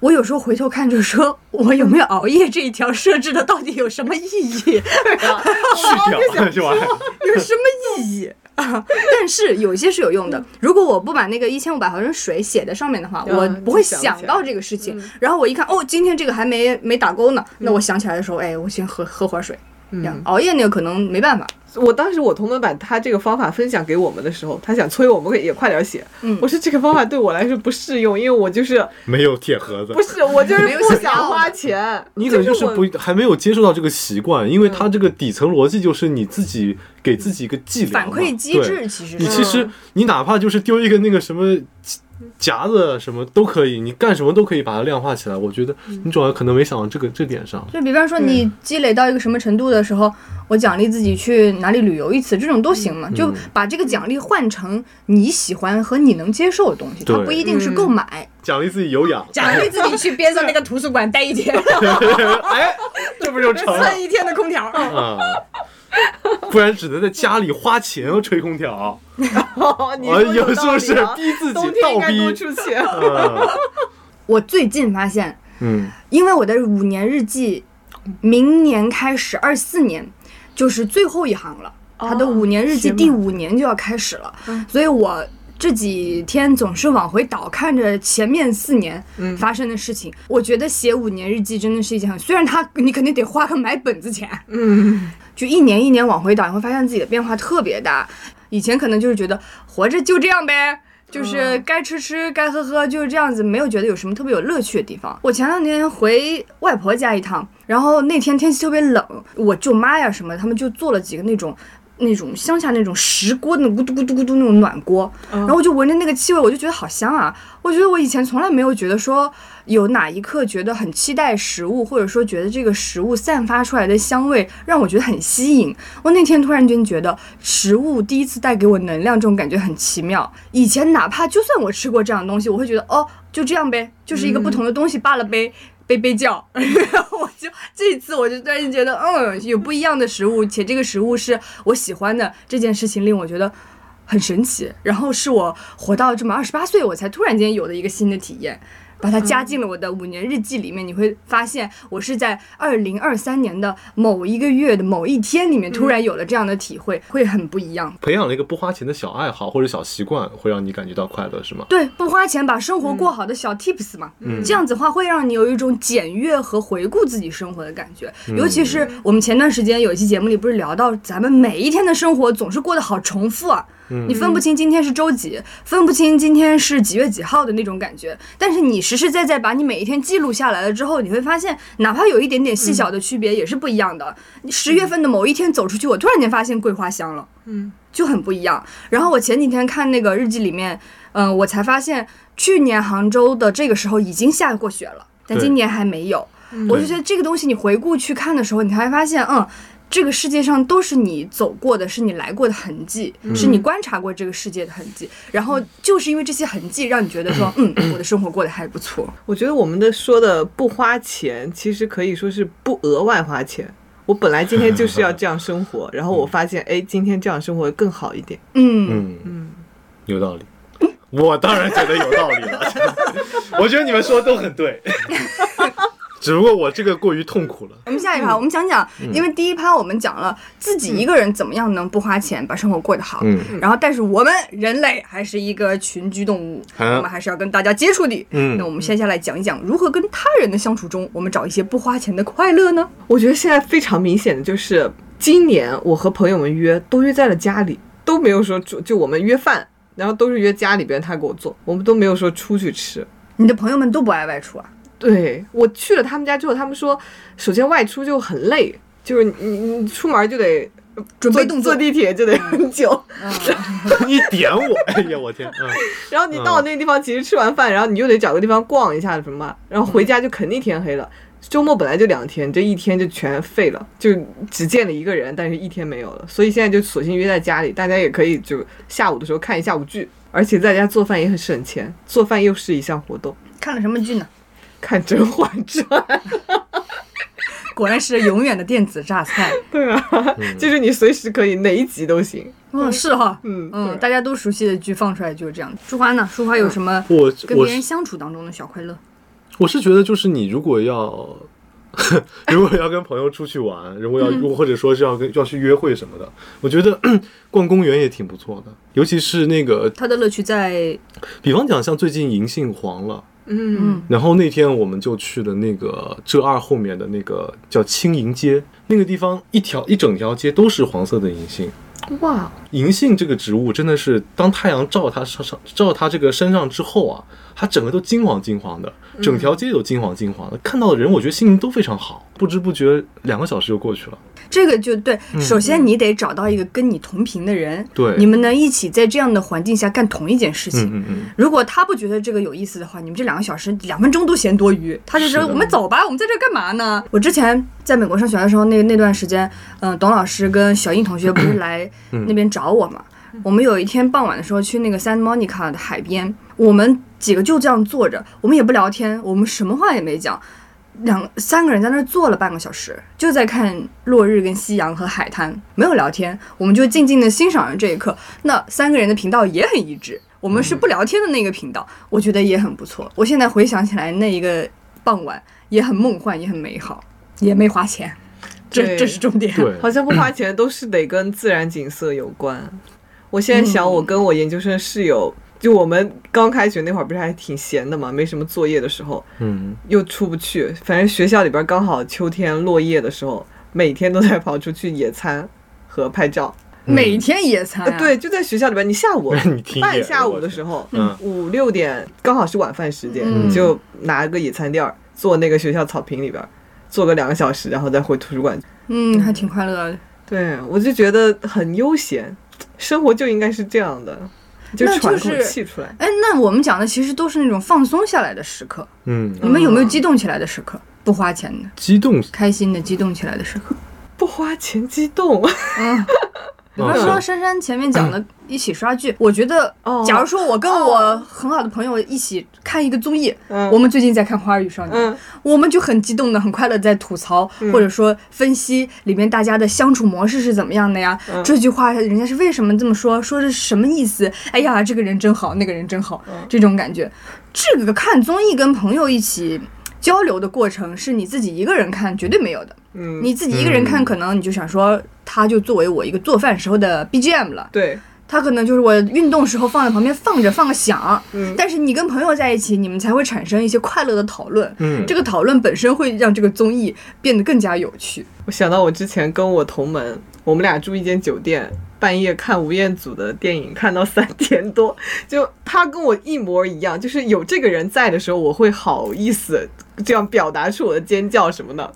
Speaker 2: 我有时候回头看就说，我有没有熬夜这一条设置的到底有什么意义？
Speaker 1: 去
Speaker 2: 哦
Speaker 1: 掉这玩意儿，
Speaker 2: 有 [laughs] 什么意义？啊，但是有一些是有用的。如果我不把那个一千五百毫升水写在上面的话，
Speaker 4: 嗯
Speaker 2: 我不会
Speaker 4: 就想
Speaker 2: 想
Speaker 4: 不起来
Speaker 2: 到这个事情。然后我一看，哦，今天这个还没没打勾呢，那我想起来的时候，哎，我先喝喝会儿水。这样熬夜那个可能没办法，
Speaker 4: 我当时我同门把他这个方法分享给我们的时候，他想催我们也快点写。
Speaker 2: 嗯
Speaker 4: 我说这个方法对我来说不适用，因为我就是
Speaker 1: 没有铁盒子
Speaker 4: 不。是我就
Speaker 2: 没
Speaker 4: 是
Speaker 2: 有
Speaker 4: 不
Speaker 2: 想要
Speaker 4: 想
Speaker 2: 的
Speaker 4: 花钱。
Speaker 1: 你可能就是
Speaker 4: 我
Speaker 1: 不还没有接受到这个习惯，因为
Speaker 2: 嗯
Speaker 1: 它这个底层逻辑就是你自己给自己一个伎俩
Speaker 2: 反
Speaker 1: 嘛
Speaker 2: 馈机
Speaker 1: 嗯对
Speaker 2: 制其实
Speaker 1: 你
Speaker 2: 是
Speaker 1: 其实你哪怕就是丢一个那个什么夹子什么都可以，你干什么都可以把它量化起来。我觉得
Speaker 4: 嗯
Speaker 1: 你主要可能没想到这个这点上。
Speaker 2: 就比方说你积累到一个什么程度的时候，我奖励自己去哪里旅游一次，这种都行嘛。就把这个奖励换成你喜欢和你能接受的东西，它
Speaker 1: 对
Speaker 2: 不一定是购买，
Speaker 1: 奖励自己有氧，
Speaker 2: 嗯奖励自己 [laughs] 去边上那个图书馆待一天，
Speaker 1: [laughs] 哎，这不就成
Speaker 2: [laughs]
Speaker 1: 了
Speaker 2: 蹭一天的空调。
Speaker 1: 啊？不然只能在家里花钱吹空调。
Speaker 4: 哦你
Speaker 1: 哎
Speaker 4: 说
Speaker 1: 有时
Speaker 4: 道
Speaker 1: 候
Speaker 4: 理
Speaker 1: 是
Speaker 4: 啊
Speaker 1: 逼自己
Speaker 4: 冬天
Speaker 1: 倒
Speaker 4: 应该多
Speaker 1: 逼。
Speaker 4: 出去。
Speaker 1: 嗯
Speaker 2: 我最近发现，
Speaker 1: 嗯，
Speaker 2: 因为我的五年日记，明年开始二四年就是最后一行了，他的五年日记
Speaker 4: 行吧
Speaker 2: 第五年就要开始了，所以我这几天总是往回倒，看着前面四年发生的事情，我觉得写五年日记真的是一件很，虽然他你肯定得花个买本子钱，
Speaker 4: 嗯，
Speaker 2: 就一年一年往回倒，你会发现自己的变化特别大。以前可能就是觉得活着就这样呗，就是该吃吃，该喝喝，就是这样子，没有觉得有什么特别有乐趣的地方。我前两天回外婆家一趟，然后那天天气特别冷，我舅妈呀什么，他们就做了几个那种。那种乡下那种石锅，那种咕嘟咕嘟咕嘟那种暖锅，然后我就闻着那个气味，我就觉得好香啊！我觉得我以前从来没有觉得说有哪一刻觉得很期待食物，或者说觉得这个食物散发出来的香味让我觉得很吸引。我那天突然间觉得食物第一次带给我能量，这种感觉很奇妙。以前哪怕就算我吃过这样的东西，我会觉得哦，就这样呗，就是一个不同的东西罢了呗。悲悲叫， [laughs] 然后我就这一次我就突然间觉得，嗯，有不一样的食物，且这个食物是我喜欢的，这件事情令我觉得很神奇。然后是我活到这么二十八岁，我才突然间有的一个新的体验，把它加进了我的五年日记里面。你会发现，我是在二零二三年的某一个月的某一天里面，突然有了这样的体会，会很不一样。
Speaker 1: 培养了一个不花钱的小爱好或者小习惯，会让你感觉到快乐，是吗？
Speaker 2: 对，不花钱把生活过好的小 tips 嘛，
Speaker 1: 嗯
Speaker 2: 这样子的话会让你有一种检阅和回顾自己生活的感觉。
Speaker 1: 嗯
Speaker 2: 尤其是我们前段时间有一期节目里不是聊到，咱们每一天的生活总是过得好重复啊，
Speaker 1: 嗯
Speaker 2: 你分不清今天是周几，分不清今天是几月几号的那种感觉。但是你实实在在把你每一天记录下来了之后，你会发现，哪怕有一点点
Speaker 1: 嗯
Speaker 2: 细小的区别，也是不一样的。十、月份的某一天走出去，我突然间发现桂花香了，
Speaker 4: 嗯，
Speaker 2: 就很不一样。然后我前几天看那个日记里面，嗯、我才发现去年杭州的这个时候已经下过雪了，但
Speaker 1: 对
Speaker 2: 今年还没有。我就觉得这个东西你回顾去看的时候，你才会发现，嗯，这个世界上都是你走过的，是你来过的痕迹，是你观察过这个世界的痕迹。然后就是因为这些痕迹，让你觉得说，嗯，我的生活过得还不错。
Speaker 4: [laughs] 我觉得我们的说的不花钱，其实可以说是不额外花钱。我本来今天就是要这样生活，然后我发现，哎，今天这样生活更好一点。
Speaker 2: 嗯，
Speaker 1: 嗯嗯，有道理。我当然觉得有道理了， [laughs] 我觉得你们说的都很对，只不过我这个过于痛苦了。
Speaker 2: 我们下一趴我们讲讲，因为第一趴我们讲了自己一个人怎么样能不花钱把生活过得好。
Speaker 1: 嗯
Speaker 2: 然后，但是我们人类还是一个群居动物，
Speaker 1: 嗯
Speaker 2: 我们还是要跟大家接触的。
Speaker 1: 嗯
Speaker 2: 那我们接下来讲一讲如何跟他人的相处中，我们找一些不花钱的快乐呢？
Speaker 4: 我觉得现在非常明显的就是，今年我和朋友们约都约在了家里，都没有说就就我们约饭，然后都是约家里边他给我做，我们都没有说出去吃。
Speaker 2: 你的朋友们都不爱外出啊？
Speaker 4: 对我去了他们家之后，他们说，首先外出就很累，就是你你你出门就得
Speaker 2: 准备
Speaker 4: 坐
Speaker 2: 动作嗯
Speaker 4: 坐地铁就得很久，
Speaker 1: [laughs] 你点我，哎呀，我天，嗯，
Speaker 4: 然后你到那个地方，其实吃完饭，然后你又得找个地方逛一下什么，然后回家就肯定天黑了。周末本来就两天，这一天就全废了，就只见了一个人，但是一天没有了。所以现在就索性约在家里，大家也可以就下午的时候看一下午剧，而且在家做饭也很省钱，做饭又是一项活动。
Speaker 2: 看了什么剧呢？ [laughs]
Speaker 4: 看《甄嬛传》，
Speaker 2: 果然是永远的电子榨菜。
Speaker 4: [laughs] 对啊，就是你随时可以哪一集都行。
Speaker 2: 嗯，是哈。
Speaker 4: 嗯
Speaker 2: 嗯，
Speaker 4: 对嗯
Speaker 2: 大家都熟悉的剧放出来就是这样。淑花呢？淑花有什么
Speaker 1: 我
Speaker 2: 跟
Speaker 1: 我
Speaker 2: 别
Speaker 1: 是
Speaker 2: 人相处当中的小快乐？
Speaker 1: 我是觉得，就是你如果要， [laughs] 如果要跟朋友出去玩，如果要，
Speaker 2: 嗯
Speaker 1: 如果或者说是要跟要去约会什么的，我觉得 [coughs] 逛公园也挺不错的。尤其是那个，
Speaker 2: 它的乐趣在
Speaker 1: 比方讲，像最近银杏黄了，
Speaker 4: 嗯
Speaker 1: 然后那天我们就去了那个浙二后面的那个叫青银街，那个地方一条一整条街都是黄色的银杏。
Speaker 4: 哇，
Speaker 1: 银杏这个植物真的是，当太阳照它上上照它这个身上之后啊，它整个都金黄金黄的，整条街都金黄金黄的。看到的人，我觉得心情都非常好。不知不觉两个小时就过去了。
Speaker 2: 这个就对，首先
Speaker 4: 嗯
Speaker 2: 你得找到一个跟你同频的人，
Speaker 1: 嗯对
Speaker 2: 你们能一起在这样的环境下干同一件事情。
Speaker 1: 嗯嗯嗯，
Speaker 2: 如果他不觉得这个有意思的话，你们这两个小时两分钟都嫌多余，他就说
Speaker 1: 是的
Speaker 2: 我们走吧，我们在这干嘛呢？我之前在美国上学的时候，那那段时间，嗯、董老师跟小印同学不是来
Speaker 1: 嗯
Speaker 2: 那边找我嘛？我们有一天傍晚的时候去那个 Santa Monica 的海边，我们几个就这样坐着，我们也不聊天，我们什么话也没讲，两三个人在那儿坐了半个小时，就在看落日跟夕阳和海滩，没有聊天，我们就静静的欣赏着这一刻。那三个人的频道也很一致，我们是不聊天的那个频道，我觉得也很不错。我现在回想起来，那一个傍晚也很梦幻，也很美好，也没花钱，这
Speaker 4: 对
Speaker 2: 这是重点。
Speaker 1: 对
Speaker 4: 好像不花钱都是得跟自然景色有关。我现在想，我跟我研究生室友，就我们刚开学那会儿，不是还挺闲的嘛，没什么作业的时候，
Speaker 1: 嗯，
Speaker 4: 又出不去。反正学校里边刚好秋天落叶的时候，每天都在跑出去野餐和拍照。
Speaker 2: 每天野餐、啊
Speaker 4: 嗯呃对，就在学校里边，你下午
Speaker 1: [laughs] 你听
Speaker 4: 半
Speaker 1: 见
Speaker 4: 下
Speaker 1: 了
Speaker 4: 午
Speaker 1: 我
Speaker 4: 的
Speaker 1: 天
Speaker 4: 时候，
Speaker 1: 嗯
Speaker 4: 五六点刚好是晚饭时间，
Speaker 2: 嗯
Speaker 4: 就拿个野餐垫儿坐那个学校草坪里边儿坐个两个小时，然后再回图书馆
Speaker 2: 嗯，还挺快乐的。
Speaker 4: 对，我就觉得很悠闲，生活就应该是这样的，就
Speaker 2: 那
Speaker 4: 喘
Speaker 2: 就
Speaker 4: 口
Speaker 2: 是
Speaker 4: 气出来。
Speaker 2: 哎，那我们讲的其实都是那种放松下来的时刻，
Speaker 1: 嗯，
Speaker 2: 你们有没有激动起来的时刻？不花钱的，
Speaker 1: 激动。嗯
Speaker 2: 开心的，激动起来的时刻。
Speaker 4: 不花钱激动， [laughs]
Speaker 2: 嗯，比方说珊珊前面讲的一起刷剧，我觉得
Speaker 4: 哦，
Speaker 2: 假如说我跟我很好的朋友一起看一个综艺，
Speaker 4: 嗯
Speaker 2: 我们最近在看《花儿与少年》
Speaker 4: 嗯，
Speaker 2: 我们就很激动的、很快乐地在吐槽、或者说分析里面大家的相处模式是怎么样的呀？
Speaker 4: 嗯
Speaker 2: 这句话人家是为什么这么说？说的是什么意思？哎呀，这个人真好，那个人真好，
Speaker 4: 嗯
Speaker 2: 这种感觉。这个看综艺跟朋友一起交流的过程，是你自己一个人看绝对没有的。
Speaker 4: 嗯
Speaker 2: 你自己一个人看，
Speaker 1: 嗯
Speaker 2: 可能你就想说，它就作为我一个做饭时候的 BGM 了。
Speaker 4: 对，
Speaker 2: 它可能就是我运动时候放在旁边放着放个响，
Speaker 4: 嗯
Speaker 2: 但是你跟朋友在一起，你们才会产生一些快乐的讨论，
Speaker 1: 嗯
Speaker 2: 这个讨论本身会让这个综艺变得更加有趣。
Speaker 4: 我想到我之前跟我同门，我们俩住一间酒店，半夜看吴彦祖的电影，看到三点多，就他跟我一模一样，就是有这个人在的时候，我会好意思这样表达出我的尖叫什么的。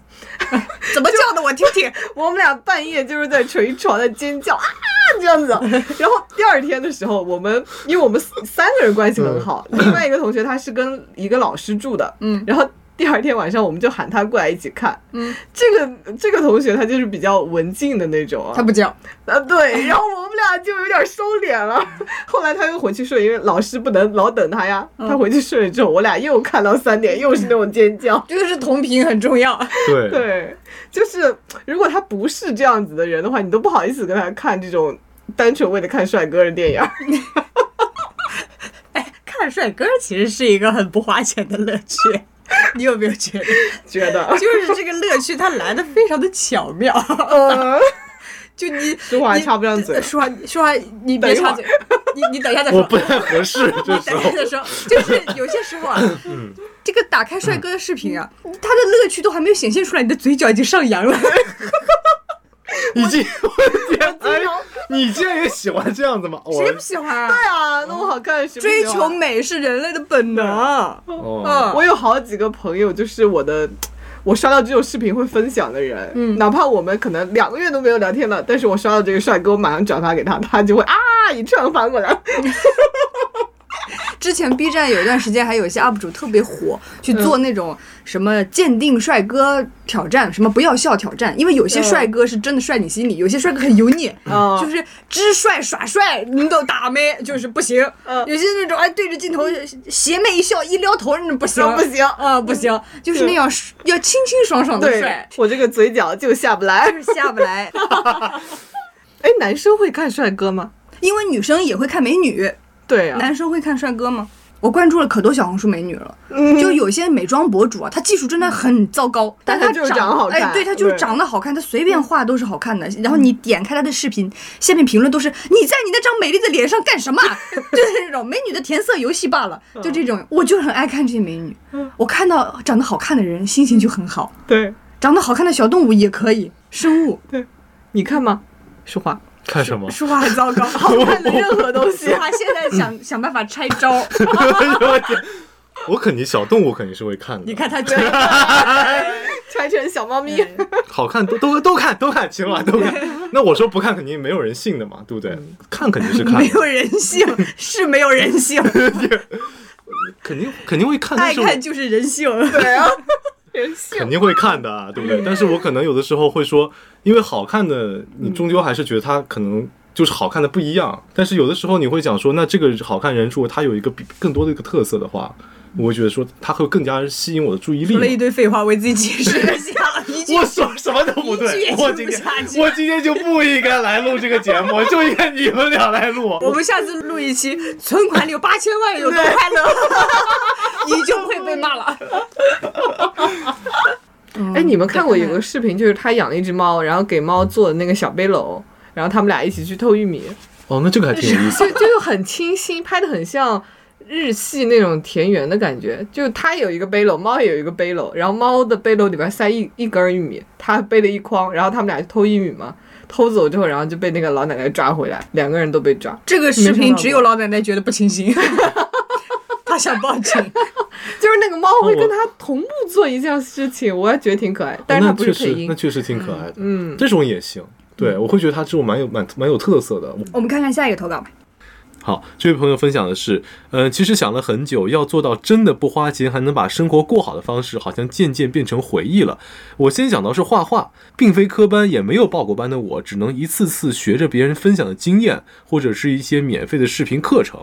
Speaker 2: 怎么叫的我听听，
Speaker 4: 我们俩半夜就是在捶床，在尖叫啊
Speaker 2: [laughs]
Speaker 4: 这样子。然后第二天的时候，我们因为我们三个人关系很好，另外一个同学他是跟一个老师住的，
Speaker 2: 嗯
Speaker 4: 然后。第二天晚上，我们就喊他过来一起看。
Speaker 2: 嗯，
Speaker 4: 这个这个同学他就是比较文静的那种
Speaker 2: [laughs]
Speaker 4: 啊，
Speaker 2: 他不叫，
Speaker 4: 啊，对，然后我们俩就有点收敛了。后来他又回去睡，因为老师不能老等他呀。
Speaker 2: 嗯
Speaker 4: 他回去睡了之后，我俩又看到三点，又是那种尖叫。
Speaker 2: 这个是同频很重要。
Speaker 1: 对，
Speaker 4: 对，就是如果他不是这样子的人的话，你都不好意思跟他看这种单纯为了看帅哥的电影儿。
Speaker 2: [laughs]
Speaker 4: [laughs]
Speaker 2: 看帅哥其实是一个很不花钱的乐趣， [laughs] 你有没有觉得？
Speaker 4: 觉得
Speaker 2: [laughs] 就是这个乐趣它来的非常的巧妙， [laughs]
Speaker 4: 呃 [laughs]
Speaker 2: 就 [laughs] 你
Speaker 4: 淑华插不上嘴
Speaker 2: 你淑华淑华你别插嘴，你你等一下再
Speaker 1: 我
Speaker 2: 说。
Speaker 1: 不太合适，这时
Speaker 2: 等
Speaker 1: 候
Speaker 2: 一下再说，就是有些时候啊，
Speaker 1: 嗯
Speaker 2: 这个打开帅哥的视频啊，他的乐趣都还没有显现出来，你的嘴角已经上扬了。 [laughs]
Speaker 1: 已经，我天，
Speaker 4: 经常
Speaker 1: 哎你竟然也喜欢这样子吗？我
Speaker 2: 谁不喜欢啊？
Speaker 4: 对啊，那么好看，谁不
Speaker 2: 追
Speaker 4: 喜
Speaker 2: 求
Speaker 4: 欢
Speaker 2: 美是人类的本
Speaker 4: 啊
Speaker 2: 能。
Speaker 1: 哦，
Speaker 2: 嗯，
Speaker 4: 我有好几个朋友，就是我的，我刷到这种视频会分享的人，
Speaker 2: 嗯
Speaker 4: 哪怕我们可能两个月都没有聊天了，但是我刷到这个帅哥，我马上转发给他，他就会啊一串翻过来，
Speaker 2: 之前 B 站有一段时间还有一
Speaker 4: 嗯
Speaker 2: 些 UP 主特别火，去做那种什么鉴定帅哥挑战，什么不要笑挑战，因为有些
Speaker 4: 嗯
Speaker 2: 帅哥是真的帅你心里，有些帅哥很油腻。
Speaker 4: 啊、
Speaker 2: 就是知帅耍帅，你都打没，就是不行。
Speaker 4: 嗯
Speaker 2: 有些那种哎对着镜头邪魅一笑，一撩头，那不行，
Speaker 4: 说嗯不行
Speaker 2: 啊、不行，就是那样要清清爽爽的
Speaker 4: 对
Speaker 2: 帅，
Speaker 4: 我这个嘴角就下不来。
Speaker 2: 就是下不
Speaker 4: [laughs]
Speaker 2: 来。
Speaker 4: 哎，男生会看帅哥吗？
Speaker 2: 因为女生也会看美女，
Speaker 4: 对啊，
Speaker 2: 男生会看帅哥吗？我关注了可多小红书美女了，
Speaker 4: 嗯
Speaker 2: 就有些美妆博主啊，她技术真的很糟糕，但
Speaker 4: 但
Speaker 2: 她
Speaker 4: 她就是长得好看
Speaker 2: 哎，对，她就是
Speaker 4: 对嗯
Speaker 2: 长得好看，她随便画都是好看的。然后你点开她的视频，下面评论都是你在你那张美丽的脸上干什么啊？ [laughs] 就是这种美女的填色游戏罢了，
Speaker 4: 嗯
Speaker 2: 就这种，我就很爱看这些美女。我看到长得好看的人，心情就很好；
Speaker 4: 对，
Speaker 2: 长得好看的小动物也可以，生物
Speaker 4: 你看吗？说话，
Speaker 1: 看什
Speaker 2: [laughs]
Speaker 1: 么？
Speaker 2: 说
Speaker 4: [laughs]
Speaker 2: 话很糟糕，好
Speaker 4: 嗯好看的任何东西
Speaker 2: 说，话现在
Speaker 4: [laughs]
Speaker 2: 想想办法拆招。
Speaker 1: 我天我肯定小动物肯定是会看
Speaker 2: 你
Speaker 1: 的，
Speaker 2: 看他真的
Speaker 4: 拆成小猫咪。
Speaker 1: 好看都都都看都看，起码都看。那我说不看肯定没有人信的嘛，对不对？看肯定是看
Speaker 2: 嗯 [laughs] 没，有人性，是没有人 [laughs] 性，
Speaker 1: 肯定肯定会看，但
Speaker 2: 爱
Speaker 1: 是我
Speaker 2: 看就是人性。
Speaker 4: 对啊，人性
Speaker 1: 肯定会看的啊，对不对？但是我可能有的时候会说，因为好看的，你终究还是觉得它可能就是好看的不一样。但是有的时候你会讲说，那这个好看人如果他有一个比更多的一个特色的话，我会觉得说他会更加吸引我的注意
Speaker 2: 说
Speaker 1: 力嘛
Speaker 2: 了。一堆废话，为自己解释一下，一句
Speaker 1: 我说什么都不
Speaker 2: 一句也听
Speaker 1: 对，我
Speaker 2: 不
Speaker 1: 今天
Speaker 2: 下去
Speaker 1: 我今天就不应该来录这个节目，就应该你们俩来录。
Speaker 2: 我们下次录一期，存款里有八千万，有多快 [laughs] 乐，你就会被骂了。
Speaker 1: 嗯
Speaker 4: 哎，你们看过有个视频，就是他养了一只猫，然后给猫做的那个小背篓，然后他们俩一起去偷玉米，
Speaker 1: 哦，那这个还挺有意思。
Speaker 4: 就就是很清新，拍的很像日系那种田园的感觉。就它有一个背篓，猫也有一个背篓，然后猫的背篓里边塞一一根玉米，它背了一筐，然后他们俩偷玉米嘛，偷走之后，然后就被那个老奶奶抓回来，两个人都被抓。
Speaker 2: [laughs] 这个视频只有老奶奶觉得不清醒， [laughs] 她想报警。
Speaker 4: 就是那个猫会跟
Speaker 1: 哦我
Speaker 4: 它同步做一项事情，我还觉得挺可爱， [laughs] 但是它
Speaker 1: 哦那
Speaker 4: 不
Speaker 1: 确
Speaker 4: 是配
Speaker 1: 实，那
Speaker 4: 音。
Speaker 1: 确实挺可爱的。
Speaker 4: 嗯，
Speaker 1: 这种也行，对我会觉得他这种蛮有蛮蛮有特色的。
Speaker 2: [laughs] 我们看看下一个投稿吧。
Speaker 1: 好，这位朋友分享的是，呃，其实想了很久，要做到真的不花钱还能把生活过好的方式，好像渐渐变成回忆了。我先想到是画画，并非科班，也没有报过班的我，只能一次次学着别人分享的经验，或者是一些免费的视频课程。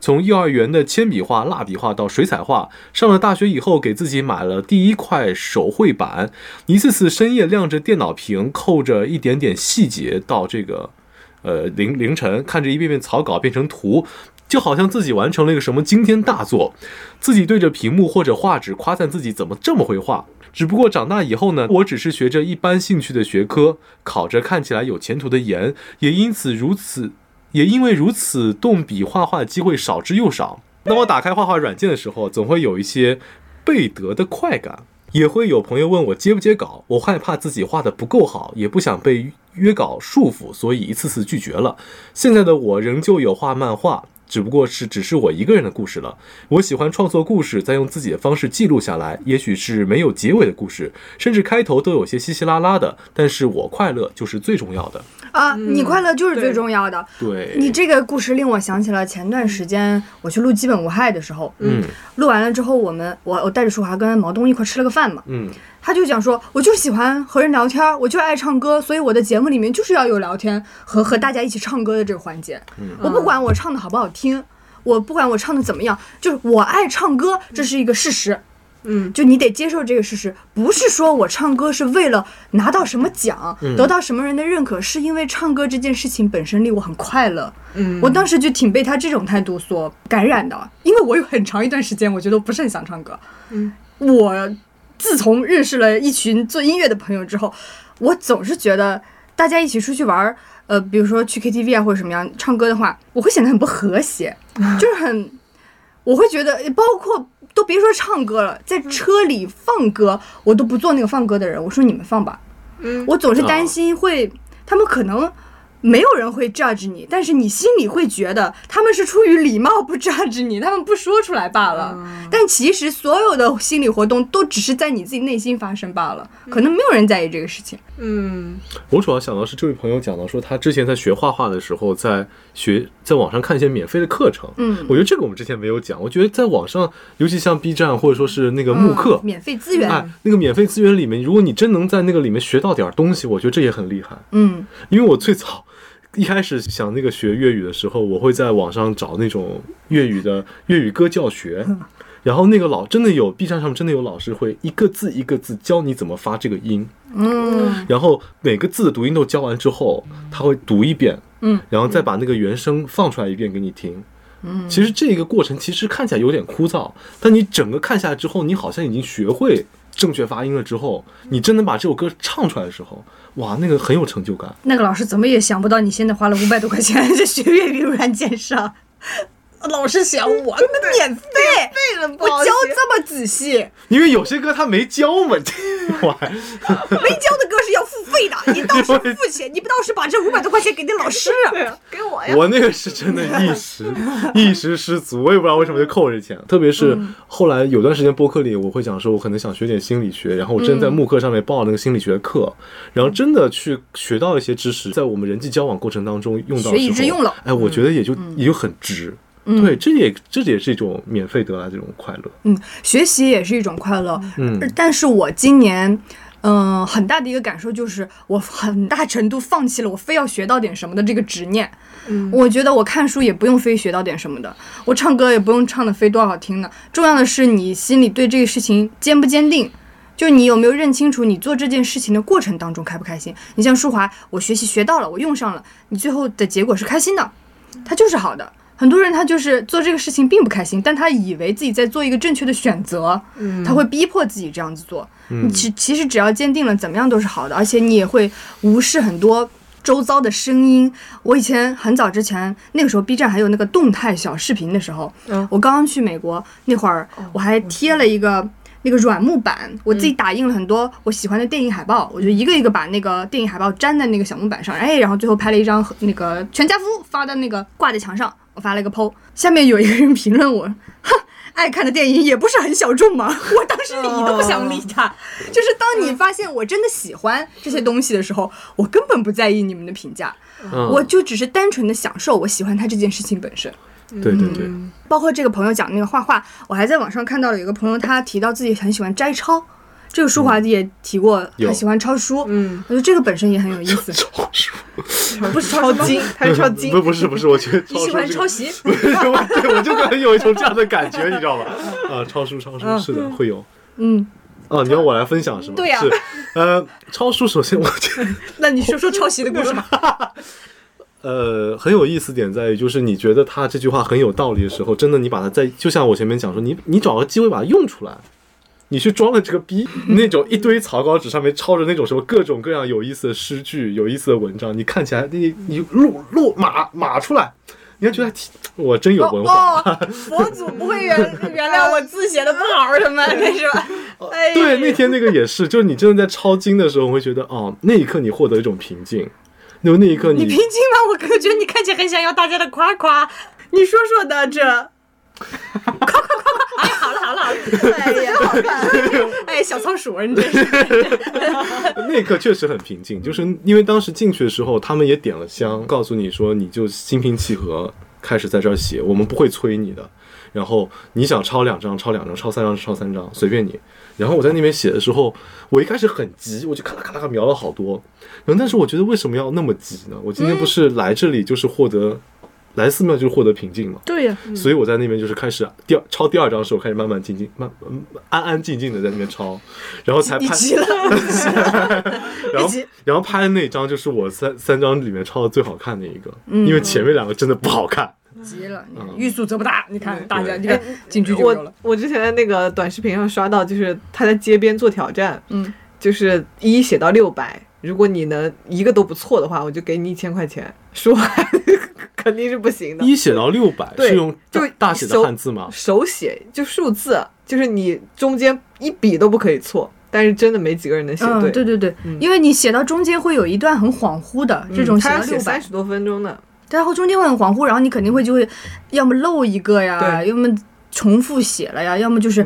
Speaker 1: 从幼儿园的铅笔画、蜡笔画到水彩画，上了大学以后，给自己买了第一块手绘板，一次次深夜亮着电脑屏，扣着一点点细节到这个呃凌凌晨看着一遍遍草稿变成图，就好像自己完成了一个什么惊天大作，自己对着屏幕或者画纸夸赞自己怎么这么会画。只不过长大以后呢，我只是学着一般兴趣的学科，考着看起来有前途的研，也因此如此，也因为如此动笔画画的机会少之又少。当我打开画画软件的时候，总会有一些被得的快感。也会有朋友问我接不接稿，我害怕自己画的不够好，也不想被约稿束缚，所以一次次拒绝了。现在的我仍旧有画漫画，只不过是只是我一个人的故事了。我喜欢创作故事，再用自己的方式记录下来，也许是没有结尾的故事，甚至开头都有些稀稀拉拉的，但是我快乐就是最重要的。
Speaker 2: 啊，你快乐就是最重要的。
Speaker 1: 对，
Speaker 2: 你这个故事令我想起了前段时间我去录基本无害的时候，
Speaker 1: 嗯
Speaker 2: 录完了之后，我们我我带着舒华跟毛东一块吃了个饭嘛，
Speaker 1: 嗯
Speaker 2: 他就讲说，我就喜欢和人聊天儿，我就爱唱歌，所以我的节目里面就是要有聊天和和大家一起唱歌的这个环节。我不管我唱的好不好听，我不管我唱的怎么样，就是我爱唱歌，这是一个事实。
Speaker 4: 嗯，
Speaker 2: 就你得接受这个事实，不是说我唱歌是为了拿到什么奖，得到什么人的认可，是因为唱歌这件事情本身令我很快乐。
Speaker 4: 嗯，
Speaker 2: 我当时就挺被他这种态度所感染的，因为我有很长一段时间，我觉得我不是很想唱歌。
Speaker 4: 嗯，
Speaker 2: 我自从认识了一群做音乐的朋友之后，我总是觉得大家一起出去玩儿，呃，比如说去 KTV 啊或者什么样唱歌的话，我会显得很不和谐，就是很，我会觉得包括。都别说唱歌了，在车里放歌，我都不做那个放歌的人。我说你们放吧，
Speaker 4: 嗯
Speaker 2: 我总是
Speaker 1: 哦
Speaker 2: 担心会，他们可能没有人会 judge 你，但是你心里会觉得他们是出于礼貌不 judge 你，他们不说出来罢了。但其实所有的心理活动都只是在你自己内心发生罢了，可能没有人在意这个事情。
Speaker 4: 嗯，
Speaker 1: 我主要想到是这位朋友讲到说，他之前在学画画的时候，在学在网上看一些免费的课程。
Speaker 2: 嗯
Speaker 1: 我觉得这个我们之前没有讲。我觉得在网上，尤其像 B 站或者说是那个慕课
Speaker 2: 嗯，免费资源，
Speaker 1: 哎，那个免费资源里面，如果你真能在那个里面学到点儿东西，我觉得这也很厉害。
Speaker 2: 嗯
Speaker 1: 因为我最早一开始想那个学粤语的时候，我会在网上找那种粤语的粤语歌教学，
Speaker 2: 嗯
Speaker 1: 然后那个老真的有 B 站上面真的有老师会一个字一个字教你怎么发这个音，
Speaker 2: 嗯
Speaker 1: 然后每个字的读音都教完之后，他会读一遍，
Speaker 2: 嗯，
Speaker 1: 然后再把那个原声放出来一遍给你听。嗯，其实这个过程其实看起来有点枯燥，但你整个看下来之后，你好像已经学会正确发音了。之后，你真能把这首歌唱出来的时候，哇，那个很有成就感。
Speaker 2: 那个老师怎么也想不到你现在花了五百多块钱 [laughs] 在学粤语软件上。 [laughs] 老师想我他妈免费，
Speaker 4: 对了，
Speaker 2: 我教这么仔细，
Speaker 1: 因为有些歌他没教嘛， [laughs] 这玩意
Speaker 2: 没教的歌是要付费的，你倒是付钱，你不倒是把这五百多块钱给那老师？
Speaker 4: [laughs] 给我
Speaker 2: 哎
Speaker 4: 呀，
Speaker 1: 儿我那个是真的一时一时失足，我也不知道为什么就扣这钱了。特别是
Speaker 2: 嗯
Speaker 1: 后来有段时间播客里，我会讲说，我可能想学点心理学，然后我真的在慕课上面报了那个心理学课，然后真的去学到一些知识，在我们人际交往过程当中用到的时候，
Speaker 2: 学以致用了嗯
Speaker 1: 哎，我觉得也就也就很值。对，这也这也是一种免费得来的这种快乐。
Speaker 2: 嗯，学习也是一种快乐。
Speaker 1: 嗯
Speaker 2: 但是我今年，嗯、很大的一个感受就是，我很大程度放弃了我非要学到点什么的这个执念。
Speaker 4: 嗯
Speaker 2: 我觉得我看书也不用非学到点什么的，我唱歌也不用唱的非多好听的，重要的是你心里对这个事情坚不坚定。就你有没有认清楚你做这件事情的过程当中开不开心？你像舒华，我学习学到了，我用上了，你最后的结果是开心的，它就是好的。很多人他就是做这个事情并不开心，但他以为自己在做一个正确的选择，他会逼迫自己这样子做。你其其实只要坚定了，怎么样都是好的，而且你也会无视很多周遭的声音。我以前很早之前，那个时候 B 站还有那个动态小视频的时候，
Speaker 4: 嗯
Speaker 2: 我刚刚去美国那会儿，我还贴了一个。那个软木板，我自己打印了很多我喜欢的电影海报，我就一个一个把那个电影海报粘在那个小木板上，哎，然后最后拍了一张和那个全家福发到那个挂在墙上，我发了一个 PO，下面有一个人评论我，哼，爱看的电影也不是很小众嘛， [laughs] 我当时理都不想理他，就是当你发现我真的喜欢这些东西的时候，我根本不在意你们的评价，
Speaker 1: 嗯，
Speaker 2: 我就只是单纯的享受我喜欢它这件事情本身。
Speaker 1: 对对对，
Speaker 2: 包括这个朋友讲那个画画，我还在网上看到了有个朋友他提到自己很喜欢摘抄，这个舒华也提过，
Speaker 1: 有
Speaker 2: 他喜欢抄书，
Speaker 4: 嗯，
Speaker 2: 我觉得这个本身也很有意思，
Speaker 1: 超书，
Speaker 2: 不是抄经，
Speaker 4: 他是跳金
Speaker 1: 不，不是
Speaker 2: [laughs]
Speaker 1: 不是，我觉得
Speaker 2: 你喜
Speaker 1: 超
Speaker 2: 欢
Speaker 1: 书这个 [laughs]
Speaker 2: 抄袭，
Speaker 1: 我对我就可能有一种这样的感觉，你知道吧？啊，超叔，超叔，是的，会有。
Speaker 2: 嗯，
Speaker 1: 哦，你要我来分享是吗？
Speaker 2: 对呀
Speaker 1: 是，呃，超叔，首先我觉得，
Speaker 2: 那你说说抄袭的故事吧。
Speaker 1: 呃，很有意思点在于，就是你觉得他这句话很有道理的时候，真的你把它在，就像我前面讲说，你你找个机会把它用出来，你去装了这个逼，那种一堆草稿纸上面抄着那种什么各种各样有意思的诗句、有意思的文章，你看起来你你录录码码出来，你还觉得还挺我真有文化。
Speaker 2: 哦，哦佛祖不会原原谅我字写的不好什么的，是吧？哎，
Speaker 1: 对，那天那个也是，就是你真的在抄经的时候，会觉得哦，那一刻你获得一种平静，就那一刻
Speaker 2: 你
Speaker 1: 你
Speaker 2: 平静吗？我感觉你看起来很想要大家的夸夸。
Speaker 4: 你说说的这，
Speaker 2: 好了好了好了，
Speaker 4: 哎呀，
Speaker 2: 哎，小仓鼠，你真是。
Speaker 1: 那一刻确实很平静，就是因为当时进去的时候，他们也点了香，告诉你说你就心平气和开始在这儿写，我们不会催你的。然后你想抄两张，抄两张，抄三张，抄三张，随便你。然后我在那边写的时候，我一开始很急，我就咔啦咔啦咔啦描了好多。然后但是我觉得为什么要那么急呢？我今天不是来这里就是获得，来寺庙就是获得平静嘛。
Speaker 4: 对呀，
Speaker 1: 所以我在那边就是开始第二抄第二章的时候，开始慢慢静静、慢嗯安安静静的在那边抄，然后才拍，
Speaker 2: 了，
Speaker 1: [laughs] 然
Speaker 2: 别
Speaker 1: 后
Speaker 2: 急
Speaker 1: 然后拍的那一张就是我三三张里面抄的最好看的一个，因为前面两个真的不好看。
Speaker 2: 急了，你看欲速则不达。你看大家，你看
Speaker 4: 嗯哎
Speaker 2: 进去就有
Speaker 4: 我
Speaker 2: 了。
Speaker 4: 我之前在那个短视频上刷到，就是他在街边做挑战，
Speaker 2: 嗯，
Speaker 4: 就是一写到六百，如果你能一个都不错的话，我就给你一千块钱。说完 [laughs] 肯定是不行的，
Speaker 1: 一写到六百
Speaker 4: 对
Speaker 1: 是用大
Speaker 4: 就
Speaker 1: 大写的
Speaker 4: 手
Speaker 1: 汉字吗？
Speaker 4: 手写就数字，就是你中间一笔都不可以错。但是真的没几个人能写
Speaker 2: 嗯，对对对，因为你写到中间会有一段很恍惚的，这种写
Speaker 4: 嗯
Speaker 2: 到
Speaker 4: 他要写
Speaker 2: 六百
Speaker 4: 三，十多分钟呢。
Speaker 2: 然后中间会很恍惚，然后你肯定会就会，要么漏一个呀，
Speaker 4: 对嗯
Speaker 2: 要么重复写了呀，要么就是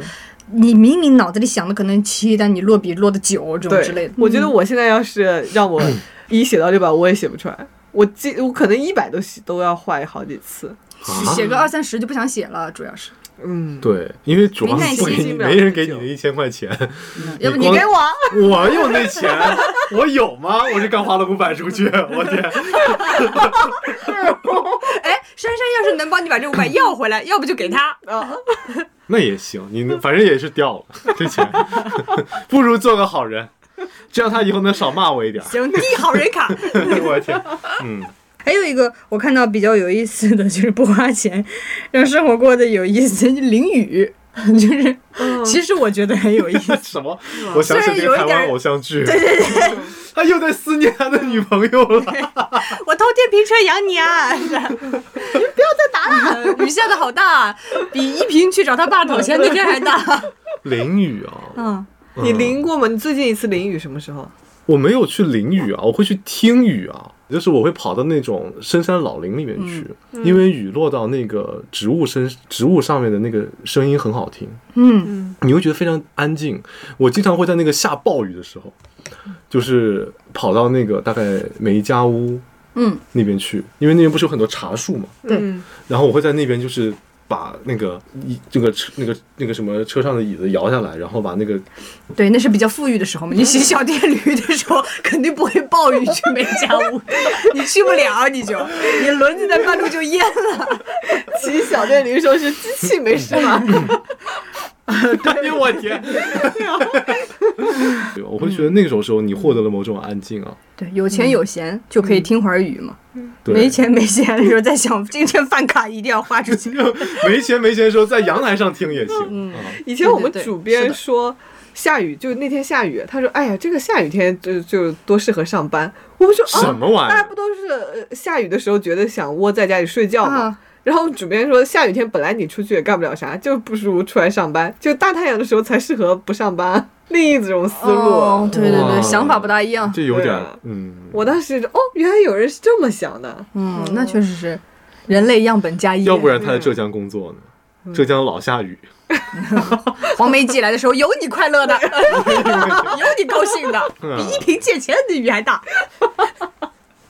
Speaker 2: 你明明脑子里想的可能七，但你落笔落的九这种
Speaker 4: 对嗯
Speaker 2: 之类的。
Speaker 4: 我觉得我现在要是让我
Speaker 1: 嗯
Speaker 4: 一写到六百，我也写不出来。我记，我可能一百都写都要画好几次。
Speaker 1: 啊
Speaker 2: 写个二三十就不想写了，主要是，
Speaker 4: 嗯，
Speaker 1: 对，因为主要
Speaker 2: 没耐
Speaker 1: 是
Speaker 2: 心
Speaker 1: 不给你，
Speaker 4: 进不了
Speaker 1: 没人给你
Speaker 4: 很久
Speaker 1: 那一千块钱，
Speaker 4: 嗯
Speaker 2: 要不你
Speaker 1: 你光
Speaker 2: 给我啊，
Speaker 1: [laughs] 我有那钱，我有吗？我是刚花了五百出去，我天，
Speaker 2: [laughs] 哎，珊珊要是能帮你把这五百要回来，要不就给
Speaker 4: [laughs]
Speaker 2: 他。
Speaker 4: 啊，
Speaker 1: 那也行，你那反正也是掉了这钱， [laughs] 不如做个好人，这样他以后能少骂我一点。
Speaker 2: 行，递好人卡。
Speaker 1: [laughs] 我的天，嗯，
Speaker 2: 还有一个我看到比较有意思的就是不花钱，让生活过得有意思，就淋雨。 [laughs] 就是，其实我觉得很有意思。
Speaker 1: [laughs] 什么？我想起那个台湾偶像剧，
Speaker 2: 对对对，
Speaker 1: [laughs] 他又在思念他的女朋友了。
Speaker 2: [laughs] 我偷电瓶车养你啊！你不要再打了， [laughs] 雨下的好大，比依萍去找他爸讨钱那天还大。
Speaker 1: 淋雨啊，
Speaker 2: [laughs] 嗯，
Speaker 4: 你淋过吗？你最近一次淋雨什么时候？
Speaker 1: 我没有去淋雨啊，我会去听雨啊，就是我会跑到那种深山老林里面去，因为雨落到那个植物身植物上面的那个声音很好听。
Speaker 2: 嗯，
Speaker 1: 你会觉得非常安静。我经常会在那个下暴雨的时候，就是跑到那个大概梅家屋，
Speaker 2: 嗯，
Speaker 1: 那边去，因为那边不是有很多茶树嘛，
Speaker 2: 对
Speaker 4: 嗯
Speaker 1: 然后我会在那边就是把那个椅，这个车那个那个什么车上的椅子摇下来，然后把那个
Speaker 2: 对，那是比较富裕的时候嘛。你骑小电驴的时候，肯定不会暴雨去梅家 [laughs] 屋，你去不了，你就你轮子在半路就淹了。 [laughs]
Speaker 4: 骑小电驴的时候是机器没事吗？
Speaker 1: 哎呦我天！ [laughs] 对，我会觉得那种时候你获得了某种安静啊。
Speaker 2: 对，有钱有闲、就可以听会儿雨嘛。
Speaker 1: 对
Speaker 2: 没钱没闲的时候，在想今天饭卡一定要花出去。
Speaker 1: [laughs] 没钱没钱的时候，在阳台上听也行、
Speaker 2: 嗯
Speaker 1: 啊。
Speaker 4: 以前我们
Speaker 2: 对对对
Speaker 4: 主
Speaker 2: 是
Speaker 4: 编
Speaker 2: 的
Speaker 4: 说下雨，就那天下雨，他说：“哎呀，这个下雨天就就多适合上班。”我们说啊，
Speaker 1: 什么玩意儿
Speaker 4: 大家
Speaker 2: 哦
Speaker 4: 不都是呃下雨的时候觉得想窝在家里睡觉吗？
Speaker 2: 啊
Speaker 4: 然后主编说，下雨天本来你出去也干不了啥，就不如出来上班，就大太阳的时候才适合不上班。啊另一种思路，
Speaker 2: 哦，对对
Speaker 1: 哇
Speaker 2: 对，想法不大一样。
Speaker 1: 这有
Speaker 4: 对
Speaker 1: 点
Speaker 4: 啊
Speaker 1: 嗯，
Speaker 4: 我当时就哦，原来有人是这么想的。
Speaker 2: 嗯，那确实是人类样本加一。
Speaker 1: 要不然他在浙江工作
Speaker 2: 嗯
Speaker 1: 呢，浙江老下雨。
Speaker 2: 黄梅寄来的时候，有你快
Speaker 1: [laughs]
Speaker 2: 乐的，有你高兴的，
Speaker 1: 嗯
Speaker 2: 比依萍借钱的雨还大。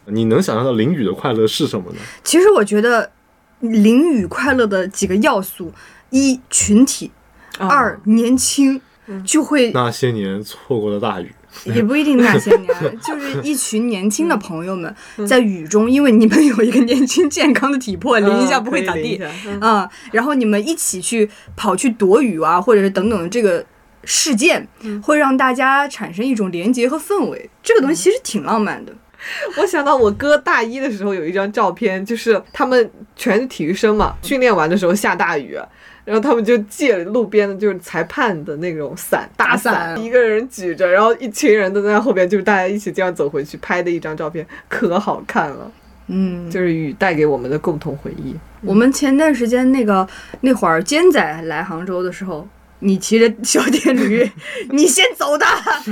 Speaker 1: 你能想象到淋雨的快乐是什么呢？
Speaker 2: 其实我觉得淋雨快乐的几个要素：一群体，二年轻，就会
Speaker 1: 那些年错过的大 [laughs] 雨，
Speaker 2: 也不一定那
Speaker 4: [laughs]
Speaker 2: 些年啊，就是一群年轻的朋友们在雨中，因为你们有一个年轻健康的体魄，淋一下
Speaker 4: 嗯
Speaker 2: 不会咋
Speaker 4: 可以淋一
Speaker 2: 地
Speaker 4: 下嗯
Speaker 2: 啊、然后你们一起去跑去躲雨啊，或者是等等的这个事件，
Speaker 4: 嗯
Speaker 2: 会让大家产生一种连结和氛围。这个东西其实挺浪漫的。
Speaker 4: [laughs] 我想到我哥大一的时候有一张照片，就是他们全是体育生嘛，训练完的时候下大雨，然后他们就借路边的就是裁判的那种伞，大
Speaker 2: 大伞
Speaker 4: 一个人举着，然后一群人都在后边，就是大家一起这样走回去拍的一张照片，可好看了。
Speaker 2: 嗯，
Speaker 4: 就是雨带给我们的共同回忆。
Speaker 2: 我们前段时间那个那会儿坚仔来杭州的时候，你骑着小电驴，你先走的。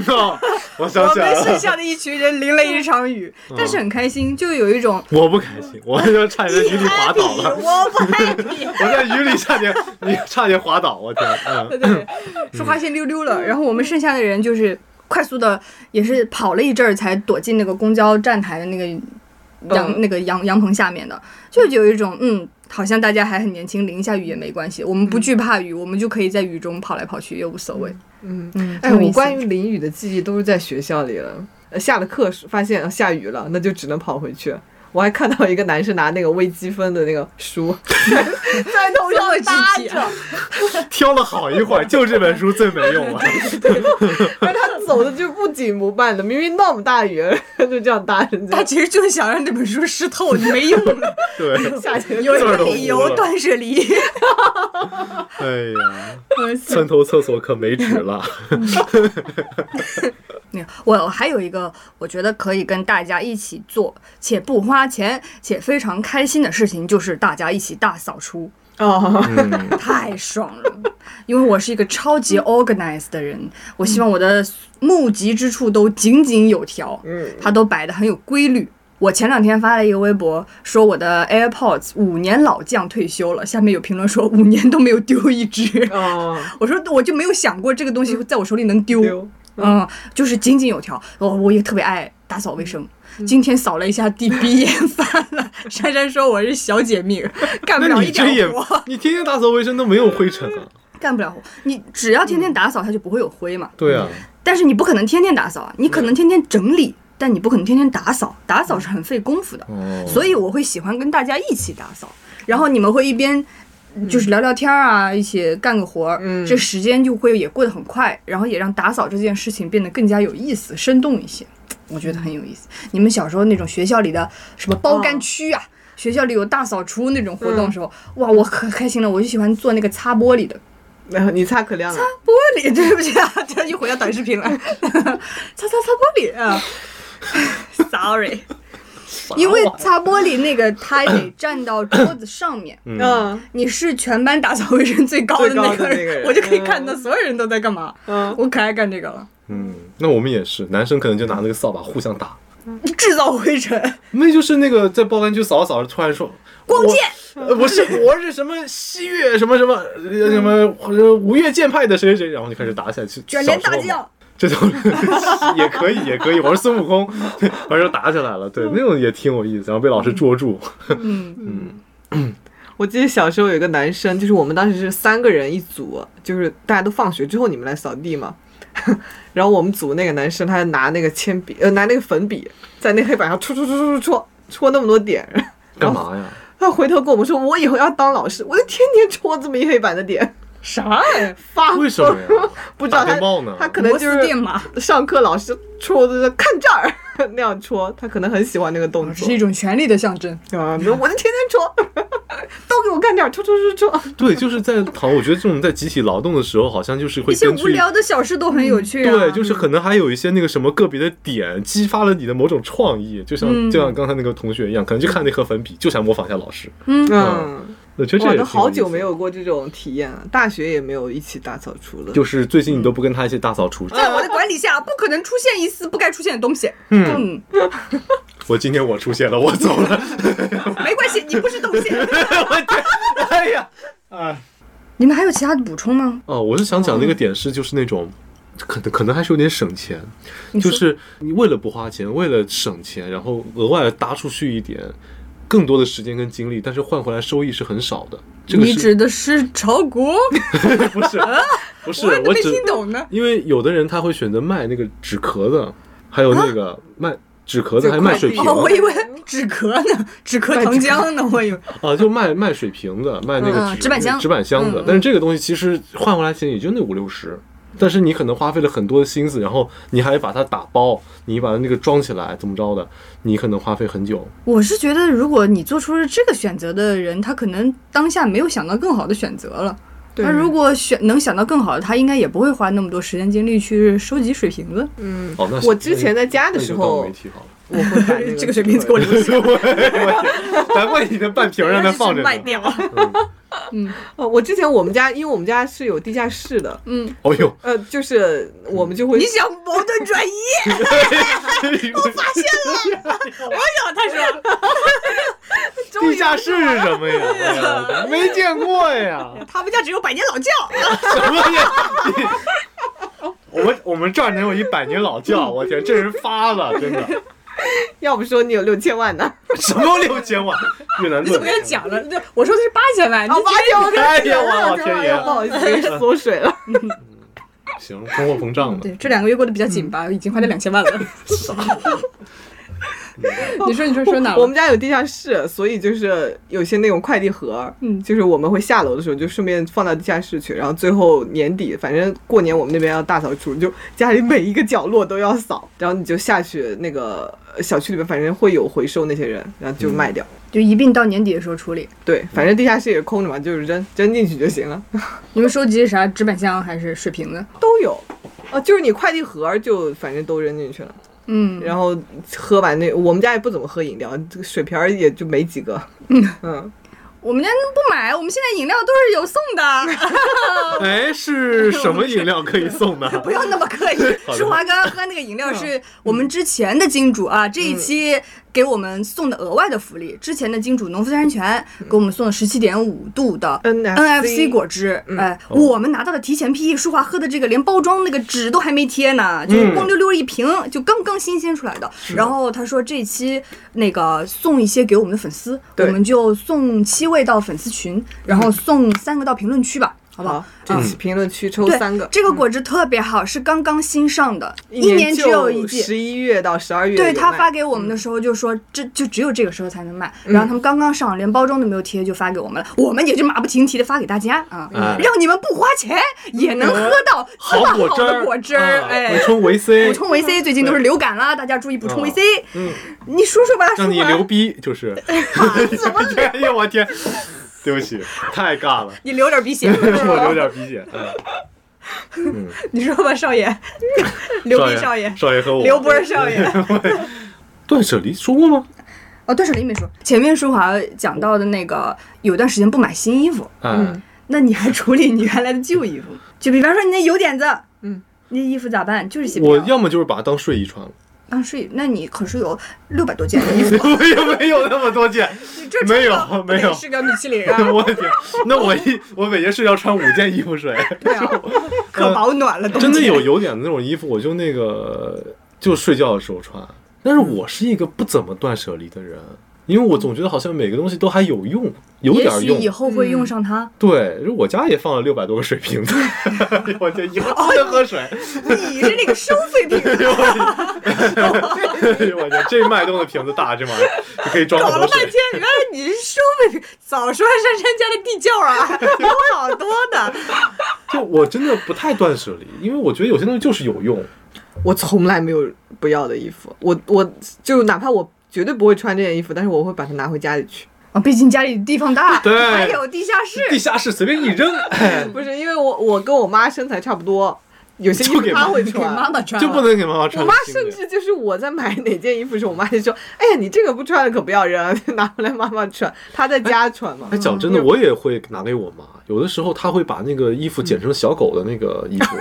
Speaker 1: 哦我想
Speaker 2: 我
Speaker 1: 起来
Speaker 2: 们剩
Speaker 1: 了，
Speaker 2: 下的一群人淋了一场雨，
Speaker 4: 嗯
Speaker 2: 但是很开心，就有一种
Speaker 1: 我不开心，我就差点在雨里滑倒了。
Speaker 2: 我不 happy。
Speaker 1: [laughs] 我在雨里差点，你差点滑倒，我天！嗯，
Speaker 2: 对，说话先溜溜了，然后我们剩下的人就是快速的，也是跑了一阵儿才躲进那个公交站台的那个阳、
Speaker 4: 嗯
Speaker 2: 那个阳阳棚下面的，就有一种嗯。好像大家还很年轻，淋一下雨也没关系，我们不惧怕雨，我们就可以在雨中跑来跑去，也无所谓。
Speaker 4: 嗯，
Speaker 2: 嗯，
Speaker 4: [laughs]
Speaker 2: 挺
Speaker 4: 哎，
Speaker 2: 有
Speaker 4: 我
Speaker 2: 意思
Speaker 4: 关于淋雨的记忆都是在学校里了。呃下了课时发现呃下雨了，那就只能跑回去。我还看到一个男生拿那个微积分的那个
Speaker 2: [laughs]
Speaker 4: 书，
Speaker 2: 在头上搭
Speaker 4: 自己
Speaker 2: 着，
Speaker 1: 挑了好一会儿，就这本书最没用
Speaker 2: [laughs]
Speaker 1: 了。
Speaker 4: 但是他走的就不紧不慢的，明明那么大雨， [laughs] 就这样搭人家
Speaker 2: 他。其实就是想让那本书湿透，你没用了，
Speaker 1: 对，
Speaker 4: 下去
Speaker 2: 有一
Speaker 1: 字儿
Speaker 2: 个
Speaker 1: 都
Speaker 2: 理
Speaker 1: 糊
Speaker 2: 由
Speaker 1: 了
Speaker 2: 断舍 [laughs] 离。
Speaker 1: 哎呀，村头厕所可没纸了。
Speaker 2: 那个嗯我还有一个，我觉得可以跟大家一起做，且不花钱，且非常开心的事情，就是大家一起大扫除。
Speaker 4: 哦，
Speaker 1: 嗯，
Speaker 2: 太爽了，因为我是一个超级 organized 的人，我希望我的目及之处都井井有条，
Speaker 4: 嗯，
Speaker 2: 它都摆的很有规律。我前两天发了一个微博，说我的 AirPods 五年老将退休了，下面有评论说五年都没有丢一只，
Speaker 4: 哦，
Speaker 2: [laughs]
Speaker 4: [laughs]
Speaker 2: 我说我就没有想过这个东西在我手里能丢，
Speaker 4: 丢 [laughs]
Speaker 2: 嗯，就是井井有条。我、我也特别爱打扫卫生。
Speaker 1: 嗯
Speaker 2: 今天扫了一下地，鼻炎犯
Speaker 1: [laughs]
Speaker 2: 了。珊珊说我是小姐命，干不
Speaker 1: 那
Speaker 2: 了
Speaker 1: 你
Speaker 2: 一
Speaker 1: 这也
Speaker 2: 点活。嗯
Speaker 1: 你天天打扫卫生都没有灰尘啊？
Speaker 2: 干不了活。你只要天天打扫，它就不会有灰嘛。
Speaker 1: 对啊，
Speaker 2: 但是你不可能天天打扫啊，你可能天天整理，但你不可能天天打扫。打扫是很费功夫的，
Speaker 1: 哦，，
Speaker 2: 嗯所以我会喜欢跟大家一起打扫，然后你们会一边。就是聊聊天儿啊，一起干个活儿，
Speaker 4: 嗯
Speaker 2: 这时间就会也过得很快，然后也让打扫这件事情变得更加有意思、生动一些，我觉得很有意思。你们小时候那种学校里的什么包干区啊，学校里有大扫除那种活动的时候，哇，我可开心了，我就喜欢做那个擦玻璃的，
Speaker 4: 然后你擦可亮了，
Speaker 2: 啊玻璃， [laughs] 对不起啊，这又回到短视频了， [laughs] 擦擦擦玻璃啊，sorry，因为擦玻璃那个他得站到桌子上面
Speaker 1: 嗯，
Speaker 4: 嗯
Speaker 2: 你是全班打扫卫生最高的那个
Speaker 4: 最高的那个
Speaker 2: 人，
Speaker 4: 人
Speaker 2: 我就可以看到所有人都在干嘛，
Speaker 4: 嗯，
Speaker 2: 我可爱干这个了，
Speaker 1: 嗯，那我们也是，男生可能就拿那个扫把互相打，
Speaker 2: 制造灰尘，
Speaker 1: 那就是那个在包干区扫着扫着，突然说
Speaker 2: 光剑，
Speaker 1: 我呃不是，我是什么西岳什么什么呃什么呃吴越剑派的谁谁谁，然后就开始打起来，去
Speaker 2: 卷帘大将，
Speaker 1: 这种也可以，也可以。我是孙悟空，完事儿打起来了，对，那种也挺有意思，然后被老师捉住。
Speaker 2: 嗯，
Speaker 4: 我记得小时候有一个男生，就是我们当时是三个人一组，就是大家都放学之后你们来扫地嘛。 [laughs] 然后我们组那个男生，他拿那个铅笔，呃，拿那个粉笔，在那黑板上戳戳戳戳戳戳戳那么多点， [laughs]
Speaker 1: 干嘛呀？
Speaker 4: 他回头跟我们说：“我以后要当老师，我就天天戳这么一黑板的点，
Speaker 2: 啥呀？
Speaker 4: 发
Speaker 1: [laughs] 为什么呀？
Speaker 4: 不知道
Speaker 1: 打
Speaker 4: 他
Speaker 1: 电报呢
Speaker 4: 他可能就
Speaker 2: 摩斯电码
Speaker 4: 是上课老师戳的看这儿 [laughs] 那样戳，他可能很喜欢那个动
Speaker 2: 这
Speaker 4: 作
Speaker 2: 是一种权力的象征，
Speaker 4: 啊，我就天天戳， [laughs] 都给我干这儿戳戳戳戳。
Speaker 1: 对，就是在好，我觉得这种在集体劳动的时候，好像就是会
Speaker 2: 一些
Speaker 1: 根
Speaker 2: 无
Speaker 1: 据。
Speaker 2: 聊的小事都很有趣啊，
Speaker 1: 对，就是可能还有一些那个什么个别的点激发了你的某种创意，就像、
Speaker 2: 嗯
Speaker 1: 就像刚才那个同学一样，可能就看那盒粉笔，就想模仿一下老师。
Speaker 4: 嗯，
Speaker 1: 我觉得这
Speaker 4: 哇，
Speaker 1: 也
Speaker 4: 都
Speaker 1: 挺有
Speaker 4: 好
Speaker 1: 意
Speaker 4: 久
Speaker 1: 思
Speaker 4: 没有过这种体验了，大学也没有一起打扫除了。
Speaker 1: 就是最近你都不跟他一起大扫除。
Speaker 2: 在我的管理下，不可能出现一丝不该出现的东西，
Speaker 1: 嗯，我今天我出现了，我走了。
Speaker 2: 没关系，你不是东西。
Speaker 1: 我天，哎呀，啊，
Speaker 2: [laughs] 你们还有其他的补充吗？
Speaker 1: 哦，我是想讲那
Speaker 2: 嗯
Speaker 1: 个点是，就是那种。可能可能还是有点省钱，
Speaker 2: 你
Speaker 1: 就
Speaker 2: 说
Speaker 1: 是你为了不花钱，为了省钱，然后额外搭出去一点更多的时间跟精力，但是换回来收益是很少的。这个
Speaker 2: 你
Speaker 1: 是
Speaker 2: 指的是炒股？
Speaker 1: [laughs] 不
Speaker 2: [laughs]
Speaker 1: 是不是
Speaker 2: 我怎么
Speaker 1: 我
Speaker 2: 没
Speaker 1: 只
Speaker 2: 听懂呢？
Speaker 1: 因为有的人他会选择卖那个纸壳子，还有
Speaker 2: 啊
Speaker 1: 那个卖纸壳子，还卖水瓶
Speaker 2: 哦，我以 [laughs] 为纸壳呢，纸
Speaker 4: 哎
Speaker 2: 壳糖 [laughs] 浆呢，我以为。
Speaker 1: 啊，就卖卖水瓶子，卖那个
Speaker 2: 嗯纸板箱
Speaker 1: 纸板箱子
Speaker 2: 嗯。
Speaker 1: 但是这个东西其实换回来钱也就那五六十，但是你可能花费了很多的心思，然后你还把它打包，你把那个装起来，怎么着的，你可能花费很久。
Speaker 2: 我是觉得，如果你做出了这个选择的人，他可能当下没有想到更好的选择了。
Speaker 4: 对
Speaker 2: 那如果选能想到更好的，他应该也不会花那么多时间精力去收集水瓶子。
Speaker 4: 嗯，
Speaker 1: 哦，那
Speaker 4: 我之前在家的时
Speaker 1: 那
Speaker 4: 候
Speaker 1: 你就当我没，提好了。
Speaker 4: [laughs]
Speaker 1: [laughs]
Speaker 4: 我会把
Speaker 2: 这个水瓶子给我留下，
Speaker 1: 难怪你的半瓶让它
Speaker 4: [laughs]
Speaker 1: 放着呢嗯
Speaker 2: 卖。掉。
Speaker 4: 呃，我之前我们家，因为我们家是有地下室的，
Speaker 2: 嗯，
Speaker 1: 哦
Speaker 4: [laughs]
Speaker 1: [laughs] 呦，
Speaker 4: 呃，就是我们就会
Speaker 2: 你想矛盾转移？我想啊他说，
Speaker 1: 地下室是什么呀？
Speaker 4: [laughs]
Speaker 1: 哎呀没见过呀，
Speaker 2: 他们家只有百年老窖。
Speaker 1: 什么呀？你我们我们这儿能有一百年老
Speaker 2: [laughs]
Speaker 1: 窖，我天，这人发了，真的。
Speaker 4: 要不说你有六千万呢？
Speaker 1: 什么六千万？越南盾
Speaker 2: 你 [laughs] 怎么跟他？讲了？对，我说的是八千万，你
Speaker 4: 哦，八千万，
Speaker 1: 哎呀，我老
Speaker 2: [laughs]
Speaker 1: 天爷！
Speaker 4: 不好意思，缩水了。
Speaker 1: 行，通货膨胀了。
Speaker 2: 对，这两个月过得比较紧吧，已经花掉两千万 [laughs] 了。你说，你说说哪
Speaker 4: 我
Speaker 2: 了
Speaker 4: 们？家有地下室，所以就是有些那种快递盒，
Speaker 2: 嗯
Speaker 4: 就是我们会下楼的时候就顺便放到地下室去，然后最后年底，反正过年我们那边要大扫除，就家里每一个角落都要扫，然后你就下去那个呃小区里面，反正会有回收那些人，然后就卖掉。
Speaker 2: 就一并到年底的时候处理。
Speaker 4: 对，反正地下室也空着嘛，就是扔扔进去就行了，
Speaker 2: 你们收集啥？纸板箱还是水瓶子？
Speaker 4: 都有。哦，就是你快递盒儿就反正都扔进去了，
Speaker 2: 嗯，
Speaker 4: 然后喝完那我们家也不怎么喝饮料，这个水瓶儿也就没几个。嗯，
Speaker 2: 我我们家不买，我们现在饮料都是有送的，
Speaker 1: 哎，是什么饮料可以送
Speaker 2: [laughs]
Speaker 1: 呢？
Speaker 2: 不要那么刻意。
Speaker 1: 好的
Speaker 2: 舒华刚刚喝那个饮料是我们之前的金主啊，这一期给我们送的额外的福利。之前的金主农夫山泉给我们送了十七点五度的
Speaker 4: NFC
Speaker 2: NFC 果汁，哎，我们拿到的提前批，舒华喝的这个连包装那个纸都还没贴呢，就是光溜溜一瓶，就刚刚新鲜出来的。然后他说这期那个送一些给我们的粉丝，我
Speaker 4: 对
Speaker 2: 们就送七位到粉丝群，然后送三个到评论区吧，好嗯不好嗯
Speaker 4: 好？，这期评论区抽
Speaker 2: 对，
Speaker 4: 三个，
Speaker 2: 这
Speaker 1: 嗯
Speaker 2: 个果汁特别好，是刚刚新上的，一
Speaker 4: 一
Speaker 2: 年只有一季。
Speaker 4: 十一月到十二月有卖。
Speaker 2: 对他发给我
Speaker 1: 嗯
Speaker 2: 们的时候就说，这就只有这个时候才能卖。然后他们刚刚上，连包装都没有贴就发给我们了，我们也就马不停蹄的发给大家啊，
Speaker 1: 哎
Speaker 2: 让你们不花钱也能喝到这
Speaker 1: 嗯好
Speaker 2: 么
Speaker 1: 果
Speaker 2: 好
Speaker 1: 汁
Speaker 2: 的
Speaker 1: 儿，
Speaker 2: 果汁儿，
Speaker 1: 啊
Speaker 2: 哎
Speaker 1: 补。充
Speaker 2: [laughs]
Speaker 1: 维 C，
Speaker 2: 补充维 C，最近都是流感啦，大家注意补充维
Speaker 1: 嗯
Speaker 2: C。你说说吧，说
Speaker 1: 让你
Speaker 2: 吧
Speaker 1: 牛逼
Speaker 2: [laughs]
Speaker 1: 就是。
Speaker 2: 怎么
Speaker 1: 哎呀，我天，对不起，太
Speaker 2: [laughs]
Speaker 1: 尬了，
Speaker 2: 你流点鼻血？
Speaker 1: [laughs] 我流点鼻血。嗯
Speaker 2: [laughs] 你说吧，少 [laughs] 爷，刘逼少爷，
Speaker 1: 少爷和我
Speaker 2: 刘波少爷。
Speaker 1: 断舍离说过吗？
Speaker 2: 哦，断舍离没说。前面舒华讲到的那个，有段时间不买新衣服，
Speaker 1: 嗯，
Speaker 2: 那你还处理你原来的旧衣服吗？就比方说你那油点子，
Speaker 4: 嗯，
Speaker 2: 那衣服咋办？就是洗不啊
Speaker 1: 我
Speaker 2: 了。
Speaker 1: 要么就是把它当睡衣穿了，
Speaker 2: 啊，是，那你可是有六百多件的衣服，
Speaker 1: 我也 [laughs] 没有那么多件，
Speaker 2: 你这
Speaker 1: 没有
Speaker 2: 穿上不
Speaker 1: 没
Speaker 2: 得
Speaker 1: [laughs] 有
Speaker 2: 是个米其林
Speaker 4: [laughs]
Speaker 2: 啊，
Speaker 1: 我的天， [laughs] 那我一我每天睡觉穿五件衣服睡，
Speaker 2: 对啊， [laughs] 可保暖了。冬
Speaker 1: [laughs] 真的
Speaker 2: 天
Speaker 1: 有有点那种衣服，我就那个就睡觉的时候穿。但是我是一个不怎么断舍离的人，因为我总觉得好像每个东西都还有用，有
Speaker 2: 也
Speaker 1: 点
Speaker 2: 许
Speaker 1: 用
Speaker 2: 以。后会用上它。
Speaker 1: 对，就我家也放了六百多个水瓶子， [laughs] 我天，以后不能喝水。 [laughs]
Speaker 2: 你是那个收费品
Speaker 1: 哎呦我天，我天，这脉动的瓶子大，这玩意儿就可以装
Speaker 2: 搞
Speaker 1: 很
Speaker 2: 了
Speaker 1: 多
Speaker 2: 半
Speaker 1: 水
Speaker 2: 天。，原来你是收费品。早说珊珊家的地窖啊， [laughs] 有好多的。
Speaker 1: 就我真的不太断舍离，因为我觉得有些东西就是有用。
Speaker 4: 我从来没有不要的衣服，我我就哪怕我绝对不会穿这件衣服，但是我会把它拿回家里去。
Speaker 2: 啊，毕竟家里地方大，
Speaker 1: 对
Speaker 2: 还有地下室，
Speaker 1: 地下室随便一
Speaker 4: [laughs]
Speaker 1: 扔，哎
Speaker 2: 嗯
Speaker 4: 不是因为我我跟我妈身材差不多，有些
Speaker 1: 就
Speaker 4: 衣
Speaker 1: 给
Speaker 4: 服她
Speaker 1: 妈
Speaker 4: 会
Speaker 2: 给妈
Speaker 4: 穿。
Speaker 2: 妈穿
Speaker 1: 就
Speaker 2: 了
Speaker 1: 不能给妈妈
Speaker 4: 我
Speaker 1: 穿
Speaker 4: 妈
Speaker 1: 新的。
Speaker 4: 甚至就是我在买哪件衣服的时候，我妈就说：“哎呀，你这个不穿了可不要扔，拿回来妈妈穿。”她在家穿嘛
Speaker 1: 哎，。讲
Speaker 2: 嗯
Speaker 1: 真的，我也会拿给我妈。有的时候她会把那个衣服剪成小狗的那个衣服，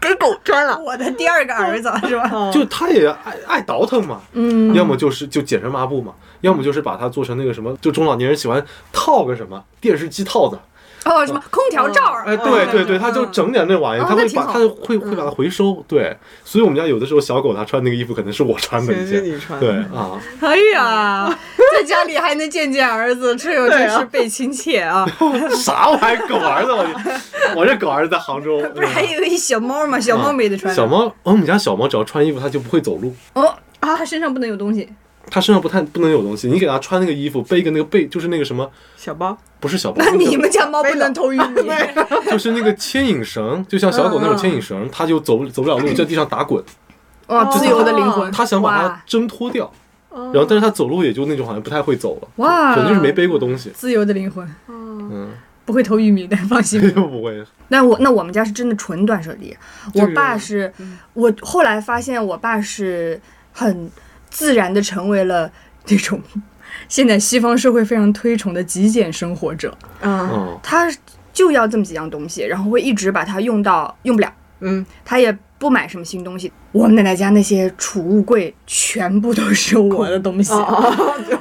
Speaker 4: 给狗哦穿了。哦
Speaker 2: 我的第二个儿子是吧？
Speaker 1: 就她也爱爱倒腾嘛。
Speaker 2: 嗯，
Speaker 1: [laughs] 要么就是就剪成抹布嘛，要么就是把它做成那个什么，就中老年人喜欢套个什么电视机套子。
Speaker 2: 哦，什么空调罩儿？
Speaker 1: 哎，对对对，他就整点那玩意儿，
Speaker 2: 嗯哦
Speaker 1: 他
Speaker 2: 那
Speaker 1: 会
Speaker 2: 挺
Speaker 1: 把
Speaker 2: 好嗯
Speaker 1: 他会会把它回收。对，所以我们家有的时候小狗它穿那个衣服可能是我穿的一
Speaker 4: 是
Speaker 1: 件。
Speaker 4: 你穿的
Speaker 1: 对啊，
Speaker 2: 哎呀， [laughs] 在家里还能见见儿子，这又真是被亲切啊！
Speaker 1: 啥玩意儿？狗儿子，我我这狗儿子在
Speaker 2: [laughs]
Speaker 1: 杭州。
Speaker 2: 不是还有一小猫吗？小猫没得穿。
Speaker 1: 嗯小猫，我们家小猫只要穿衣服它就不会走路，
Speaker 2: 哦啊，它身上不能有东西。
Speaker 1: 它身上不太不能有东西。你给它穿那个衣服，背个那个背就是那个什么，
Speaker 4: 小包，
Speaker 1: 不是小包
Speaker 2: 那，
Speaker 1: 那个
Speaker 2: 你们家猫不能偷玉米？
Speaker 1: [laughs] 就是那个牵引绳，就像小狗那种牵引
Speaker 2: 嗯
Speaker 1: 绳，它就走走不了路，在地上打滚。
Speaker 2: 哇，
Speaker 4: 哦
Speaker 2: 自由的灵魂。
Speaker 1: 它想把它
Speaker 2: 哇哦
Speaker 1: 挣脱掉，然后但是它走路也就那种好像不太会走了，
Speaker 2: 哇，
Speaker 1: 可能就是没背过东西。
Speaker 2: 自由的灵魂，
Speaker 1: 嗯，
Speaker 2: 不会偷玉米的，放心。
Speaker 1: 又 [laughs] 不会。
Speaker 2: 那我那我们家是真的纯断舍离，
Speaker 1: 就
Speaker 2: 我
Speaker 1: 是
Speaker 4: 啊
Speaker 2: 爸是，
Speaker 4: 嗯
Speaker 2: 我后来发现我爸是很自然的成为了那种现在西方社会非常推崇的极简生活者，
Speaker 4: 嗯
Speaker 1: 嗯，
Speaker 2: 他就要这么几样东西，然后会一直把它用到用不了，
Speaker 4: 嗯，
Speaker 2: 他也不买什么新东西。我奶奶家那些储物柜全部都是我的东西，
Speaker 4: 哦，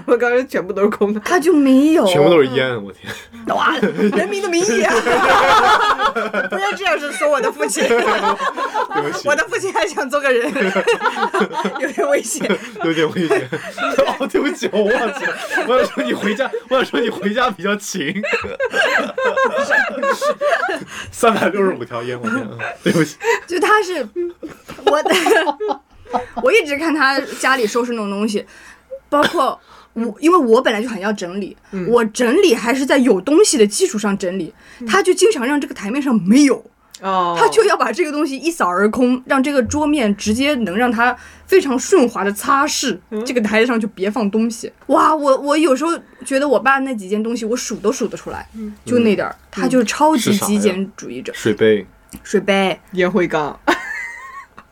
Speaker 4: 我刚才全部都是空的。
Speaker 2: [laughs] 他就没有，
Speaker 1: 全部都是烟，我天！
Speaker 2: 哇，人民的
Speaker 1: [laughs]
Speaker 2: 名义、啊， [laughs] 不要这样子说我的父亲。
Speaker 1: 对不
Speaker 2: [laughs]
Speaker 1: 起
Speaker 2: 我，的父亲还想做个 [laughs] 人，有点危险。
Speaker 1: [laughs] 有点危险。哦，对不起，我忘记了。我想说你回家，我想说你回家比较勤。 [laughs] 三百六十五条烟，我天！嗯对不起，
Speaker 2: 就他是我的，我一直看他家里收拾那种东西，包括我，因为我本来就很要整理，我整理还是在有东西的基础上整理，他就经常让这个台面上没有。
Speaker 4: 哦，
Speaker 2: 他就要把这个东西一扫而空，让这个桌面直接能让它非常顺滑的擦拭。
Speaker 4: 嗯
Speaker 2: 这个台子上就别放东西。哇，我我有时候觉得我爸那几件东西我数都数得出来，
Speaker 4: 嗯
Speaker 2: 就那点儿，他就是超级
Speaker 1: 是啥呀
Speaker 2: 极简主义者。
Speaker 1: 水杯。
Speaker 2: 水杯、
Speaker 4: 烟灰缸，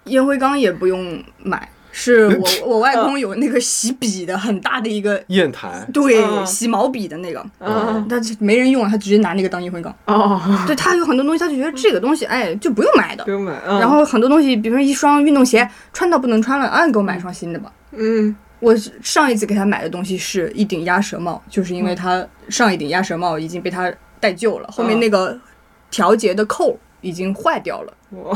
Speaker 2: 烟灰缸也不用买，是
Speaker 4: 嗯
Speaker 2: 我我外公有那个洗笔的很大的一个，
Speaker 1: 砚台，
Speaker 2: 对，
Speaker 4: 嗯
Speaker 2: 洗毛笔的那个，
Speaker 4: 嗯
Speaker 2: 但是没人用啊，他直接拿那个当烟灰缸。
Speaker 4: 哦，
Speaker 2: 对他有很多东西，他就觉得这个东西，哎，就不用买的
Speaker 4: 不。用买。嗯
Speaker 2: 然后很多东西，比如说一双运动鞋，穿到不能穿了，啊，你给我买一双新的吧。
Speaker 4: 嗯，
Speaker 2: 我上一次给他买的东西是一顶鸭舌帽，就是因为他上一顶鸭舌帽已经被他戴旧了，后面那个调节的扣已经坏掉了，
Speaker 4: 我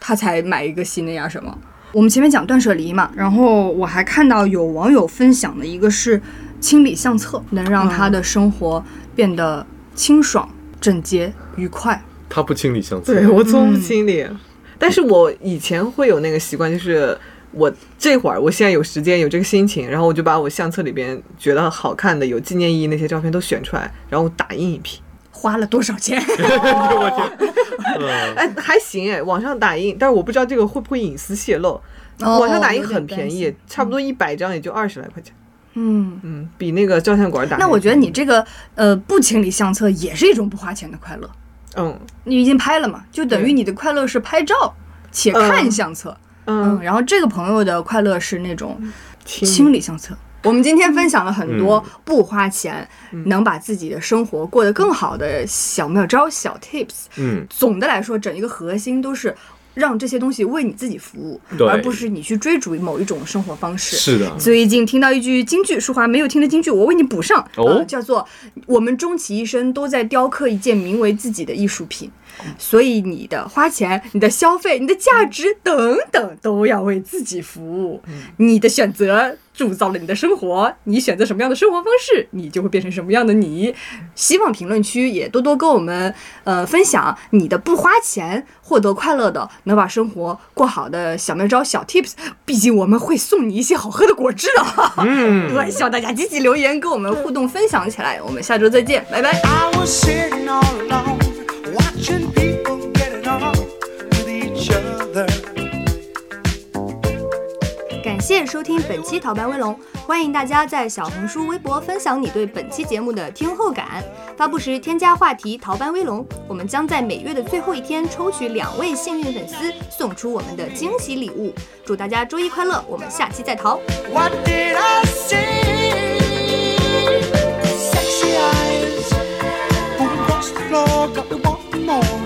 Speaker 2: 他才买一个新的鸭舌帽。我们前面讲断舍离嘛，然后我还看到有网友分享的一个是清理相册，能让他的生活变得清爽、整洁、愉快。
Speaker 1: 他不清理相 [laughs] 册
Speaker 4: 对，我从不清理，但是我以前会有那个习惯，就是我这会儿我现在有时间有这个心情，然后我就把我相册里边觉得好看的、有纪念意义那些照片都选出来，然后打印一批。
Speaker 2: 花了多少钱？
Speaker 1: 我天，嗯
Speaker 4: 哎，还行哎，网上打印，但是我不知道这个会不会隐私泄露。
Speaker 2: 哦
Speaker 4: 网上打印
Speaker 2: 有点
Speaker 4: 很便宜
Speaker 2: 担，
Speaker 4: 差不多一百张也就二十来块钱，
Speaker 2: [laughs] 嗯，
Speaker 4: 嗯，比那个照相馆打印。
Speaker 2: 那我觉嗯得你这个呃不清理相册也是一种不花钱的快乐。
Speaker 4: 嗯
Speaker 2: 你已经拍了嘛，就等于
Speaker 4: 对
Speaker 2: 你的快乐是拍照且看相册。嗯，
Speaker 4: 嗯，
Speaker 2: 然后这个朋友的快乐是那种
Speaker 4: 清
Speaker 2: 清理相册。我们今天分享了很多不花钱、能把自己的生活过得更好的小妙招、小 tips。
Speaker 1: 嗯，
Speaker 2: 总的来说，整一个核心都是让这些东西为你自己服务，
Speaker 1: 对
Speaker 2: 而不是你去追逐某一种生活方式。
Speaker 1: 是的，
Speaker 2: 最近听到一句京剧，淑华没有听的京剧，我为你补上，
Speaker 1: 哦
Speaker 2: 呃叫做“我们终其一生都在雕刻一件名为自己的艺术品”，所以你的花钱、你的消费、你的价值等等，都要为自己服务。你的选择铸造了你的生活，你选择什么样的生活方式，你就会变成什么样的你。希望评论区也多多跟我们呃分享你的不花钱获得快乐的，能把生活过好的小妙招、小 tips。毕竟我们会送你一些好喝的果汁的。
Speaker 1: 嗯
Speaker 2: [laughs] 对，希望大家积极留言，跟我们互动分享起来。我们下周再见，拜拜。
Speaker 3: I was sitting all alone, watching people getting on with each other.
Speaker 2: 感谢收听本期《逃班威龙》，欢迎大家在小红书、微博分享你对本期节目的听后感。发布时添加话题“逃班威龙”，我们将在每月的最后一天抽取两位幸运粉丝，送出我们的惊喜礼物。祝大家周一快乐，我们下期再逃。
Speaker 3: What did I see? Sexy eyes from across the floor got me wanting more.